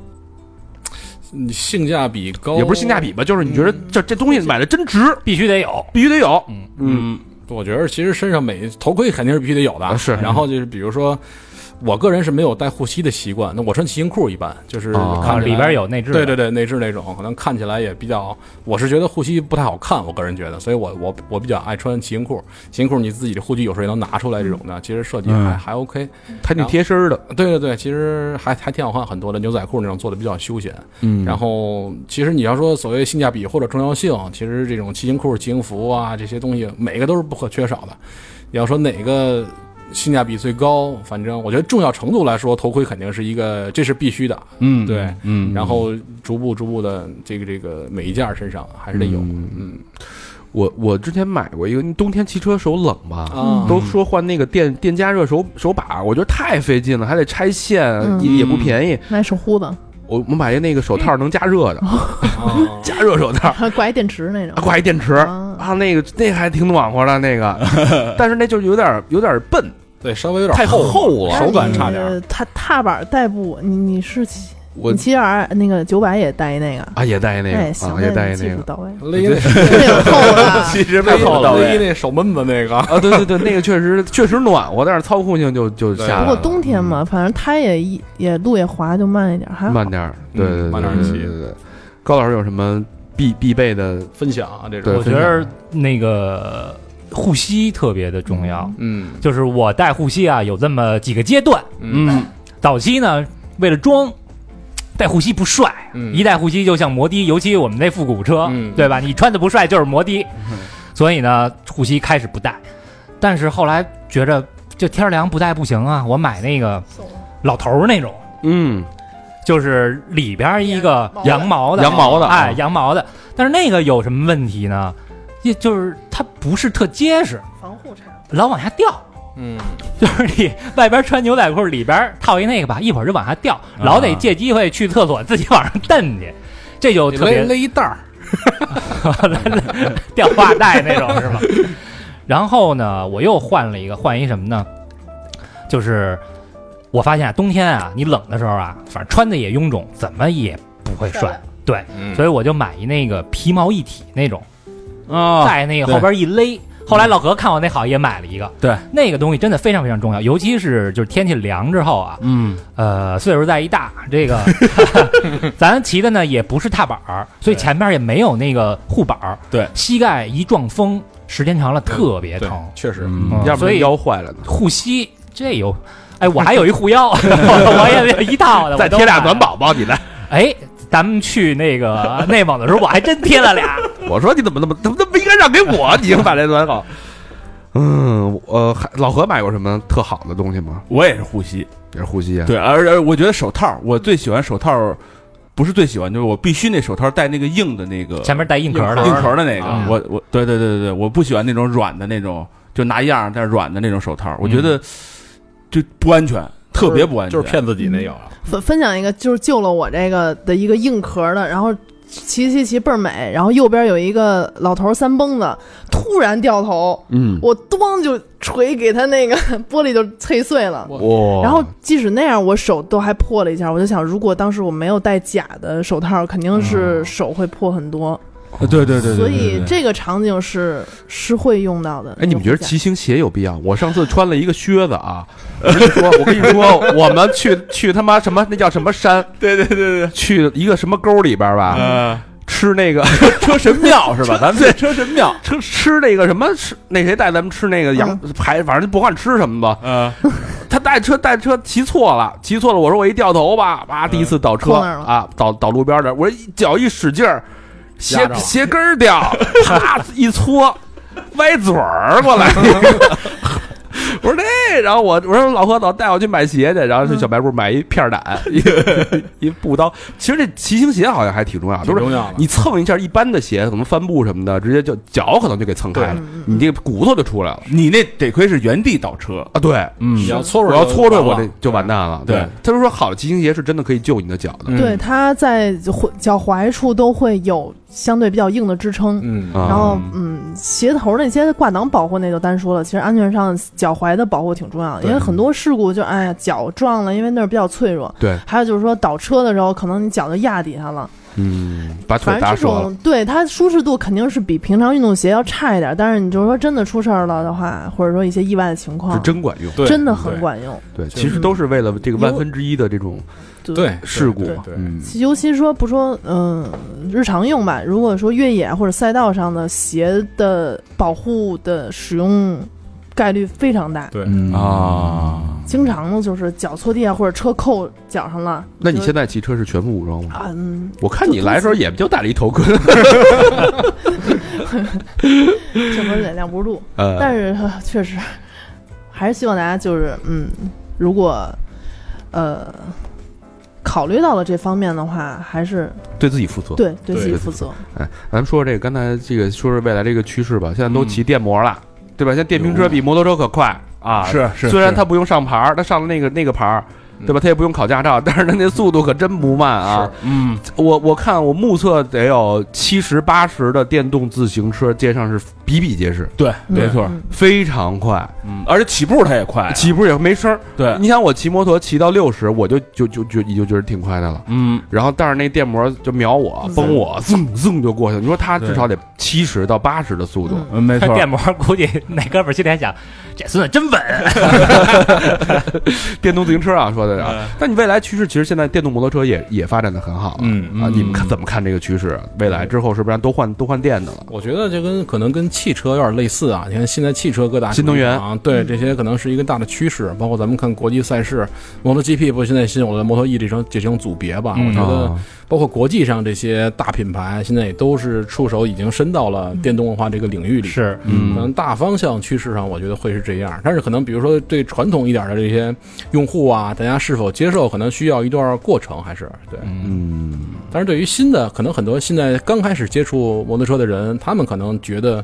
S5: 你性价比高，
S2: 也不是性价比，吧，就是你觉得
S5: 嗯
S2: 这这东西买的真值，
S4: 必须得有。
S2: 必须得有。
S4: 嗯
S2: 嗯，
S5: 我觉得其实身上每头盔肯定是必须得有的，
S2: 啊是
S5: 然后就是比如说。我个人是没有带护膝的习惯，那我穿骑行裤一般就是
S2: 哦
S5: 看
S4: 啊，
S5: 着
S4: 里边有内置的，
S5: 对对对，内置那种，可能看起来也比较，我是觉得护膝不太好看，我个人觉得，所以我我我比较爱穿骑行裤，骑行裤你自己的护具有时候也能拿出来这种的，其实设计还、
S7: 嗯
S5: 还 OK。
S2: 还挺贴身儿的。
S5: 对对对，其实还还挺好看，很多的牛仔裤那种做的比较休闲。
S2: 嗯
S5: 然后其实你要说所谓性价比或者重要性，其实这种骑行裤、骑行服啊这些东西，每个都是不可缺少的。你要说哪个性价比最高，反正我觉得重要程度来说，头盔肯定是一个，这是必须的。
S7: 嗯
S5: 对，
S7: 嗯，
S5: 然后逐步逐步的，这个这个每一件儿身上还是得有，嗯
S2: 我我之前买过一个，冬天骑车手冷吧，
S5: 啊，
S2: 都说换那个电电加热手手把，我觉得太费劲了，还得拆线，
S6: 嗯
S2: 也也不便宜。
S6: 买手护的，
S2: 我我买一个那个手套能加热的，
S5: 啊
S2: 加热手 套，
S6: 还挂一电呃池那
S2: 啊
S6: 种。
S2: 挂一电池
S6: 啊
S2: 啊，那个那个还挺暖和的那 个，但是那就是有点有点笨，
S5: 对，稍微有点
S2: 太厚了。
S5: 手感差点儿，
S6: 但是你踏踏板带不稳，你你是骑
S2: 我
S6: 你骑 R 那个九百也带一那个，
S2: 啊也带一那
S6: 哎，
S2: 个
S6: 行
S2: 啊，也带
S6: 那
S2: 一
S6: 你技
S2: 那
S6: 术
S2: 个
S6: 到位
S5: 勒那
S6: 挺厚的。
S2: 其实
S5: 勒
S2: 太厚了
S5: 勒那手闷子那个，
S2: 啊，对对对，那个确实确实暖和，但是操控性就就
S5: 对
S2: 下
S6: 不
S2: 来
S6: 过
S2: 了，
S6: 冬天嘛，反正胎也一也路也滑，就慢一点，还好
S2: 慢点儿，对对对，
S5: 嗯慢点儿
S2: 对
S5: 骑
S2: 对对对。高老师有什么必必备的？
S5: 分享啊这
S2: 对
S5: 种，
S4: 我觉得那个护膝特别的重要。
S5: 嗯
S4: 就是我戴护膝啊，有这么几个阶段。
S5: 嗯
S4: 早期呢，为了装，戴护膝不帅，
S5: 嗯
S4: 一戴护膝就像摩的，尤其我们那复古车，
S5: 嗯
S4: 对吧？你穿的不帅就是摩的，所以呢，护膝开始不戴。但是后来觉着这天儿凉不戴不行啊，我买那个老头儿那种，
S2: 嗯，
S4: 就是里边儿一个羊
S6: 羊
S4: 毛的，
S2: 羊毛的
S4: 哎
S2: 啊，
S4: 羊毛的。但是那个有什么问题呢？也就是它不是特结实，
S6: 防护差。
S4: 老往下掉。
S5: 嗯，
S4: 就是你外边穿牛仔裤，里边套一那个吧，一会儿就往下掉，
S2: 啊
S4: 老得借机会去厕所自己往上蹬去，这就特
S5: 勒
S4: 别
S5: 勒一袋儿，
S4: 掉发带那种是吧？然后呢，我又换了一个，换一什么呢？就是我发现啊，冬天啊，你冷的时候啊，反正穿的也臃肿，怎么也不会帅。对，
S5: 嗯
S4: 所以我就买一那个皮毛一体那种，
S2: 嗯
S7: 啊，
S4: 在那个后边一勒。后来老何看我那好，也买了一个。
S7: 对，
S4: 那个东西真的非常非常重要，尤其是就是天气凉之后啊，
S7: 嗯
S4: 呃，岁数再一大，这个 咱骑的呢也不是踏板儿，所以前面也没有那个护板儿，
S7: 对，
S4: 膝盖一撞风，时间长了特别
S5: 对
S4: 疼，，
S5: 确实，
S2: 嗯要不
S4: 所
S2: 然
S4: 以
S2: 腰坏了呢。
S4: 护膝这有。哎，我还有一护腰，我也有一套的，我
S2: 再
S4: 都
S2: 贴俩
S4: 买
S2: 暖
S4: 了。
S2: 宝宝，你来。
S4: 哎，咱们去那个呃内蒙的时候，我还真贴了俩。
S2: 我说你怎么那么怎么那么应该让给我？你把这暖 好。嗯，呃，还老何买过什么特好的东西吗？
S7: 我也是护膝，
S2: 也是护膝啊。
S7: 对，而而我觉得手套，我最喜欢手套，不是最喜欢，就是我必须那手套带那个硬的那个
S4: 前面带硬壳的，
S7: 硬壳的那个，
S4: 啊
S7: 我我对对对对对，我不喜欢那种软的那种，就拿样儿但是软的那种手套，我觉得就不安全，特别不安全，
S5: 就是骗自己那有啊，
S6: 分分享一个，就是救了我这个的一个硬壳的，然后骑骑骑倍儿美，然后右边有一个老头儿三蹦子，突然掉头，
S2: 嗯，
S6: 我咣就锤给他那个玻璃就碎碎了。
S2: 哇
S6: 然后即使那样，我手都还
S2: 嗯
S6: 破了一下。我就想，如果当时我没有戴假的手套，肯定是手会破很多。
S5: 嗯
S7: 呃对对对对对
S6: 所
S7: 对
S6: 以
S7: 对
S6: 这个场景是是会用到的。
S2: 哎，你们觉得
S6: 那个护甲
S2: 骑行鞋有必要？我上次穿了一个靴子 啊，我跟你说，我跟你说，我们去去他妈什么那叫什么山？对对对啊对，去一个什么沟里边吧，
S7: 呃，
S2: 吃那个
S7: 车神庙是吧？咱们这车神庙，
S2: 吃吃那个什么吃那谁带咱们吃那个羊
S6: 嗯
S2: 排，反正不管吃什么吧，
S7: 呃，
S2: 他带车带车骑错了，骑错了。我说我一掉头吧，
S5: 嗯
S2: 哇，第一次倒车
S6: 撞那儿了
S2: 啊，倒倒路边儿这儿，我一脚一使劲儿，
S3: 压
S2: 鞋
S3: 着了
S2: 鞋跟儿 掉，啪一搓，歪嘴儿过来。 我说这，然后我我说老何走，带我去买鞋去，然后去小卖部买一片儿 胆，一一布刀。其实这骑行鞋好像还挺重要，
S5: 挺
S2: 就是
S5: 重要的。
S2: 你蹭一下一般的鞋，可能帆布什么的，直接就脚可能就给蹭
S6: 嗯
S2: 开了，你这个骨头就出来了
S7: 你那得亏是原地倒车，
S2: 啊。对，嗯，
S5: 你要搓
S2: 我
S5: 着，
S2: 要搓着我这就完蛋了。
S7: 对，
S2: 他就说好的骑行鞋是真的可以救你的脚的。
S5: 嗯
S6: 对，它在踝脚踝处都会有相对比较硬的支撑。
S5: 嗯，
S2: 啊
S6: 然后，嗯，鞋头那些挂挡保护那就单说了。其实安全上脚踝的保护挺重要的，因为很多事故就哎呀脚撞了，因为那儿比较脆弱。
S2: 对，
S6: 还有就是说倒车的时候，可能你脚就压底下了。
S2: 嗯，把腿
S6: 反正
S2: 打
S6: 这
S2: 折了。
S6: 种对它舒适度肯定是比平常运动鞋要差一点，但是你就是说真的出事儿了的话，或者说一些意外的情
S2: 是
S6: 况，
S2: 真管用，
S5: 对，
S6: 真的很管用。
S2: 对，其实都是为了这个万分之一的这种
S6: 对
S5: 对
S2: 事故
S5: 对
S2: 嘛
S5: 对，
S2: 嗯，
S6: 尤其说不说嗯、日常用吧，如果说越野或者赛道上的鞋的保护的使用概率非常大，
S5: 对
S7: 嗯啊，
S6: 经常呢就是脚搓地啊或者车扣脚上了。
S2: 那你现在骑车是全副武装吗？
S6: 啊嗯，
S2: 我看你来的时候也就戴了一头盔，
S6: 这门也亮不住，
S2: 呃，
S6: 但是、呃确实还是希望大家就是嗯，如果呃考虑到了这方面的话，还是
S2: 对自己负责。
S6: 对对自己
S2: 对
S6: 负责。
S2: 哎，咱们说说这个，刚才这个说说未来这个趋势吧，现在都骑电摩了，对吧？现在电瓶车比摩托车可快啊，
S7: 是是，
S2: 虽然
S7: 是
S2: 它不用上牌儿，它上了那个那个牌儿，对吧？它也不用考驾照，但是它那速度可真不慢啊！
S7: 嗯，
S2: 我我看我目测得有七十八十的电动自行车，街上是比比皆是，
S7: 对，
S6: 嗯
S7: 没错，
S6: 嗯
S2: 非常快，
S7: 嗯，而且起步它也快，
S2: 起步也没声儿。
S7: 对，
S2: 你想我骑摩托骑到六十，我就就就就已经觉得挺快的了。
S7: 嗯，
S2: 然后但是那电摩就秒我，崩我，蹭蹭就过去了。你说它至少得七十到八十的速度，
S6: 嗯
S7: 嗯没
S4: 他
S7: 错，
S4: 电摩估计那哥们儿心里还想，这孙子真稳，
S2: 电动自行车啊说的啊
S7: 嗯。
S2: 但你未来趋势，其实现在电动摩托车也也发展的很好了。
S5: 嗯
S2: 啊，
S5: 嗯
S2: 你们看怎么看这个趋势？未来之后是不是都换都换电的了？
S5: 我觉得这跟可能跟汽车有点类似啊。你看现在汽车各大
S2: 新能源
S5: 啊，对这些可能是一个大的趋势。包括咱们看国际赛事，摩托 GP 不现在新有了摩托 E 这种这种组别吧？
S7: 嗯
S5: 我觉得
S2: 啊
S5: 包括国际上这些大品牌，现在也都是触手已经伸到了电动化这个领域里。
S4: 是
S2: 嗯
S5: 可能大方向趋势上，我觉得会是这样。但是可能比如说对传统一点的这些用户啊，大家是否接受，可能需要一段过程，还是对。
S2: 嗯，
S5: 但是对于新的，可能很多现在刚开始接触摩托车的人，他们可能觉得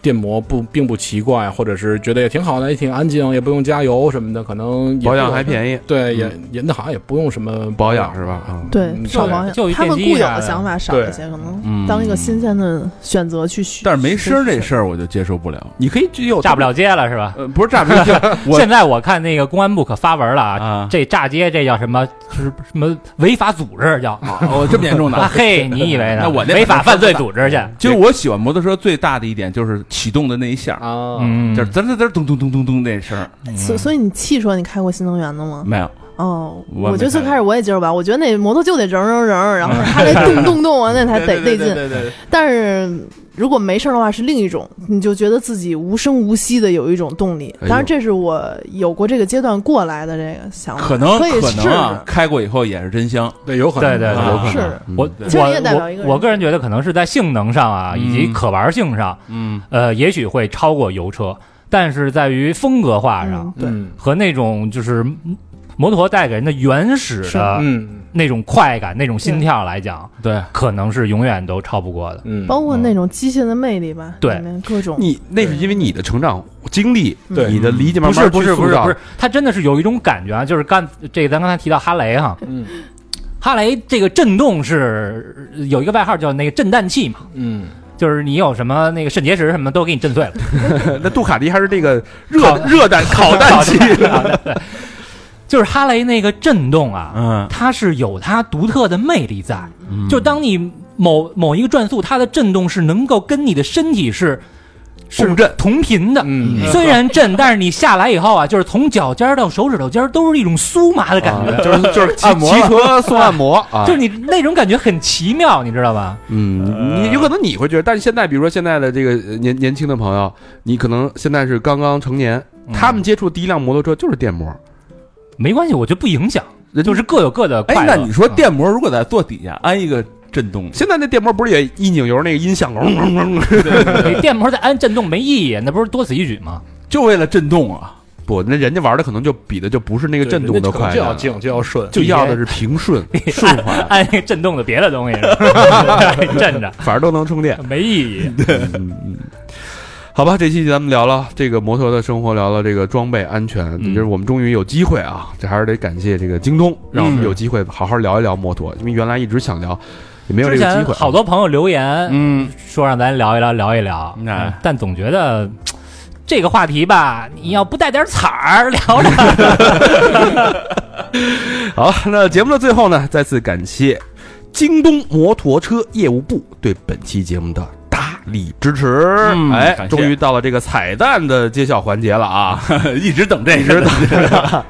S5: 电摩不并不奇怪，或者是觉得也挺好的，也挺安静，也不用加油什么的，可能也
S2: 保养还
S5: 宜。
S2: 便宜，
S5: 对，也也那好像也不用什么
S2: 保养是吧？？啊，
S7: 嗯
S6: 对，
S5: 上
S6: 上网
S4: 就一
S6: 他们
S4: 电
S6: 固
S4: 机
S6: 有
S4: 啥
S7: 啊
S6: 的
S4: 的
S6: 想法少
S5: 对
S6: 一些，可
S2: 嗯
S6: 能当一个新鲜的选择去选。
S7: 但是没声儿这
S6: 去
S7: 事儿我就接受不了，
S2: 你可以就有
S4: 炸不，了街了是吧？
S7: 呃，不是炸不了， 就我
S4: 现在我看那个公安部可发文了啊，
S7: 啊，
S4: 这炸街这叫什么？是什么违法组织叫？
S7: 哦，这么严重的
S4: 啊 嘿，你以为呢？
S7: 那我那
S4: 违法犯罪组织去，
S7: 就是我喜欢摩托车最大的一点就是启动的那一下，
S5: 啊，
S4: 嗯
S7: 就是滋滋滋咚咚咚咚咚那声儿，嗯
S6: 所所以你汽车你开过新能源的吗？
S7: 没有，
S6: 哦，
S7: 我
S6: 我觉
S7: 没
S6: 得最
S7: 开嗯
S6: 开始我也接受不了，我觉得那摩托就得扔扔扔，然后它 那动动动啊，那才得
S7: 对
S6: 得劲。
S7: 对对对，
S6: 但是如果没事儿的话是另一种，你就觉得自己无声无息的有一种动力。
S2: 哎呦
S6: 当然，这是我有过这个阶段过来的这个想法，
S7: 可能
S6: 可以
S7: 可
S6: 试
S7: 能啊
S6: 试，。
S7: 开过以后也是真香，
S5: 对，有可能，
S4: 对对对
S7: 啊
S4: 有
S7: 可能
S6: 是
S2: 嗯
S4: 我
S6: 其实也代表一个
S4: 我
S6: 人
S4: 我个人觉得，可能是在性能上啊，以及可玩性上，
S7: 嗯，
S4: 呃，也许会超过油车，但是在于风格化上
S6: 嗯，对，
S5: 嗯
S4: 和那种就是摩托带给人的原始
S6: 是
S4: 的
S5: 嗯
S4: 那种快感、那种心跳来讲，
S7: 对，
S4: 可能是永远都超不过的。
S5: 嗯，
S6: 包括那种机械的魅力吧，
S4: 对
S6: 里面各种
S2: 你那是因为你的成长经历，
S5: 对
S2: 你的理解慢
S4: 不
S2: 慢
S4: 是不
S2: 去
S4: 是不
S2: 塑
S4: 是
S2: 造
S4: 不是，，它真的是有一种感觉啊，就是刚这个咱刚才提到哈雷哈，
S5: 嗯
S4: 哈雷这个震动是有一个外号叫那个震蛋器嘛，
S5: 嗯
S4: 就是你有什么那个肾结石什么的都给你震碎了。
S2: 那杜卡迪还是这个热
S4: 烤
S2: 热蛋烤蛋器，
S4: 啊对对就是哈雷那个震动啊，
S7: 嗯，
S4: 它是有它独特的魅力在。
S2: 嗯
S4: 就当你某某一个转速，它的震动是能够跟你的身体是是震同频的。
S5: 嗯，
S4: 虽然震，但是你下来以后啊，就是从脚尖儿到手指头尖儿都是一种酥麻的感觉，
S2: 就是就是骑
S3: 按摩
S2: 骑车送按摩 啊
S4: 就是你那种感觉很奇妙，你知道吧？
S2: 嗯，你有可能你会觉得，但是现在，比如说现在的这个呃年年轻的朋友，你可能现在是刚刚成年，他们接触第一辆摩托车就是电摩，
S4: 没关系，我觉得不影响，
S2: 人
S4: 就是各有各的
S7: 哎，
S4: 快乐。嗯
S7: 那你说电摩如果在座底下安一个震动，
S2: 现在那电摩不是也一拧油那个音响，嗡嗡嗡嗡
S4: 你电摩在按震动没意义，那不是多此一举吗？
S7: 就为了震动啊？
S2: 不，那人家玩的可能就比的就不是
S5: 嗯
S2: 那个震动的快
S5: 就要
S2: 乐，
S5: 静就要顺，
S2: 就要的是平顺顺滑，
S4: 按那个震动的别的东西震着
S2: 反正都能充电。
S4: 没意义。
S2: 好吧，这期咱们聊了这个摩托的生活，聊了这个装备安全，就
S7: 嗯
S2: 是我们终于有机会啊，这还是得感谢这个京东，让我们有机会好好聊一聊摩托，因为原来一直想聊，也没有这
S4: 之
S2: 个机
S4: 前
S2: 会。啊
S4: 好多朋友留言
S7: 嗯，
S4: 说让咱聊一聊，聊一聊，
S7: 哎
S4: 嗯但总觉得。这个话题吧，你要不带点彩儿聊聊，
S2: 好，那节目的最后呢，再次感谢京东摩托车业务部对本期节目的大力支持。
S7: 嗯
S2: 哎，
S7: 感谢
S2: 终于到了这个彩蛋的揭晓环节了啊！
S7: 一直等这
S2: 知
S7: 个
S2: 道，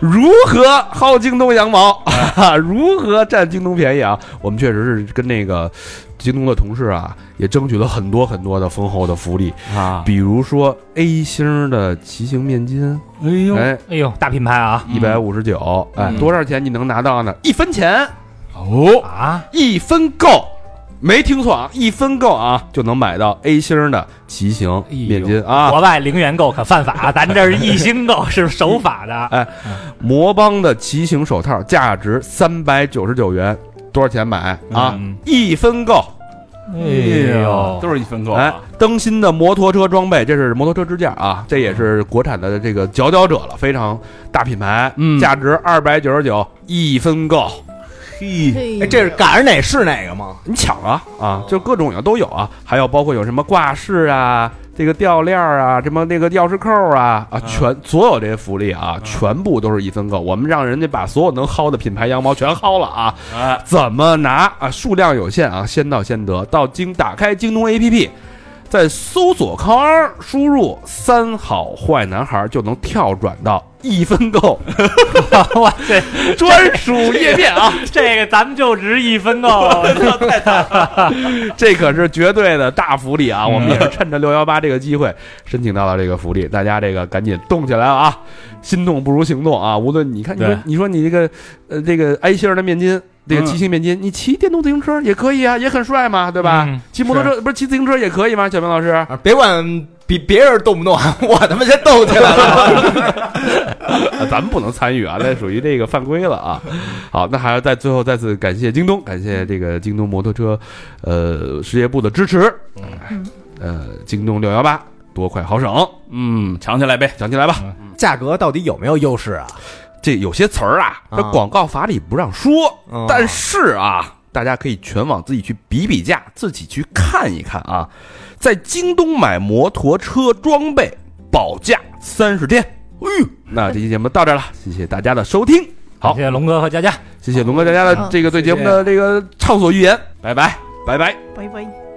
S2: 如何薅京东羊毛， 如何占京东便宜啊？我们确实是跟那个京东的同事啊，也争取了很多很多的丰厚的福利，
S7: 啊！
S2: 比如说 A 星的骑行面巾，
S7: 哎呦
S2: 哎，
S4: 哎呦，大品牌啊
S2: 一百五十九，哎，
S7: 嗯
S2: 多少钱你能拿到呢？一分钱，
S7: 哦，
S4: 啊！
S2: 一分够。没听错啊，一分够啊就能买到 A 星的骑行面
S7: 哎
S2: 巾啊！
S4: 哎国外零元购可 犯法，咱这儿一星购是守法的。
S2: 魔邦的骑行手套价值三百九十九元，多少钱买啊？
S7: 嗯
S2: 一分购。
S4: 哎
S7: 都是一分购
S2: 哎
S7: 啊！，
S2: 登新的摩托车装备，这是摩托车支架啊，这也是国产的这个佼佼者了，非常大品牌，
S7: 嗯
S2: 价值二百九十九，一分购，
S7: 嘿，
S3: 哎，这是赶上哪是哪个吗？
S2: 你抢啊啊，就各种有都有啊，还有包括有什么挂饰啊，这个吊链儿啊，什么那个钥匙扣啊
S4: 嗯
S2: 啊，全所有这些福利啊，全部都是一分购，我们让人家把所有能薅的品牌羊毛全薅了啊，
S7: 哎，
S2: 怎么拿啊？数量有限啊，先到先得。到京打开京东 APP，在搜索康二，输入“三好坏男孩”就能跳转到一分购
S4: 哇塞，
S2: 专属页面啊！
S4: 这个咱们就值一分购，
S2: 这可是绝对的大福利啊！我们也是趁着六幺八这个机会 申请到了这个福利，大家这个赶紧动起来了啊！心动不如行动啊！无论你看，你说
S7: 对
S2: 你说你这个呃这个埃希尔的面巾。这个
S7: 嗯
S2: 骑行面巾，你骑电动自行车也可以啊，也很帅嘛，对吧？
S4: 嗯
S2: 骑摩托车不是骑自行车也可以吗？小明老师，
S3: 啊，别管比别人动不 动，我他妈先动起来了。
S2: 啊咱们不能参与啊，那属于这个犯规了啊。好，那还要在最后再次感谢京东，感谢这个京东摩托车，呃，事业部的支持。呃，京东六幺八多快好省，
S7: 嗯，抢起来呗，嗯
S2: 想起来吧。
S3: 价格到底有没有优势啊？
S2: 这有些词儿啊，这
S3: 啊
S2: 广告法里不让说，
S3: 哦
S2: 但是啊，大家可以全网自己去比比价，自己去看一看啊。在京东买摩托车装备，保价三十天。哎呦，那这期节目到这儿了，谢谢大家的收听， 好
S4: 谢谢龙哥和佳佳。
S2: 谢谢龙哥大家的这个对节目的这个畅所欲言，拜拜，拜拜。
S6: 拜拜。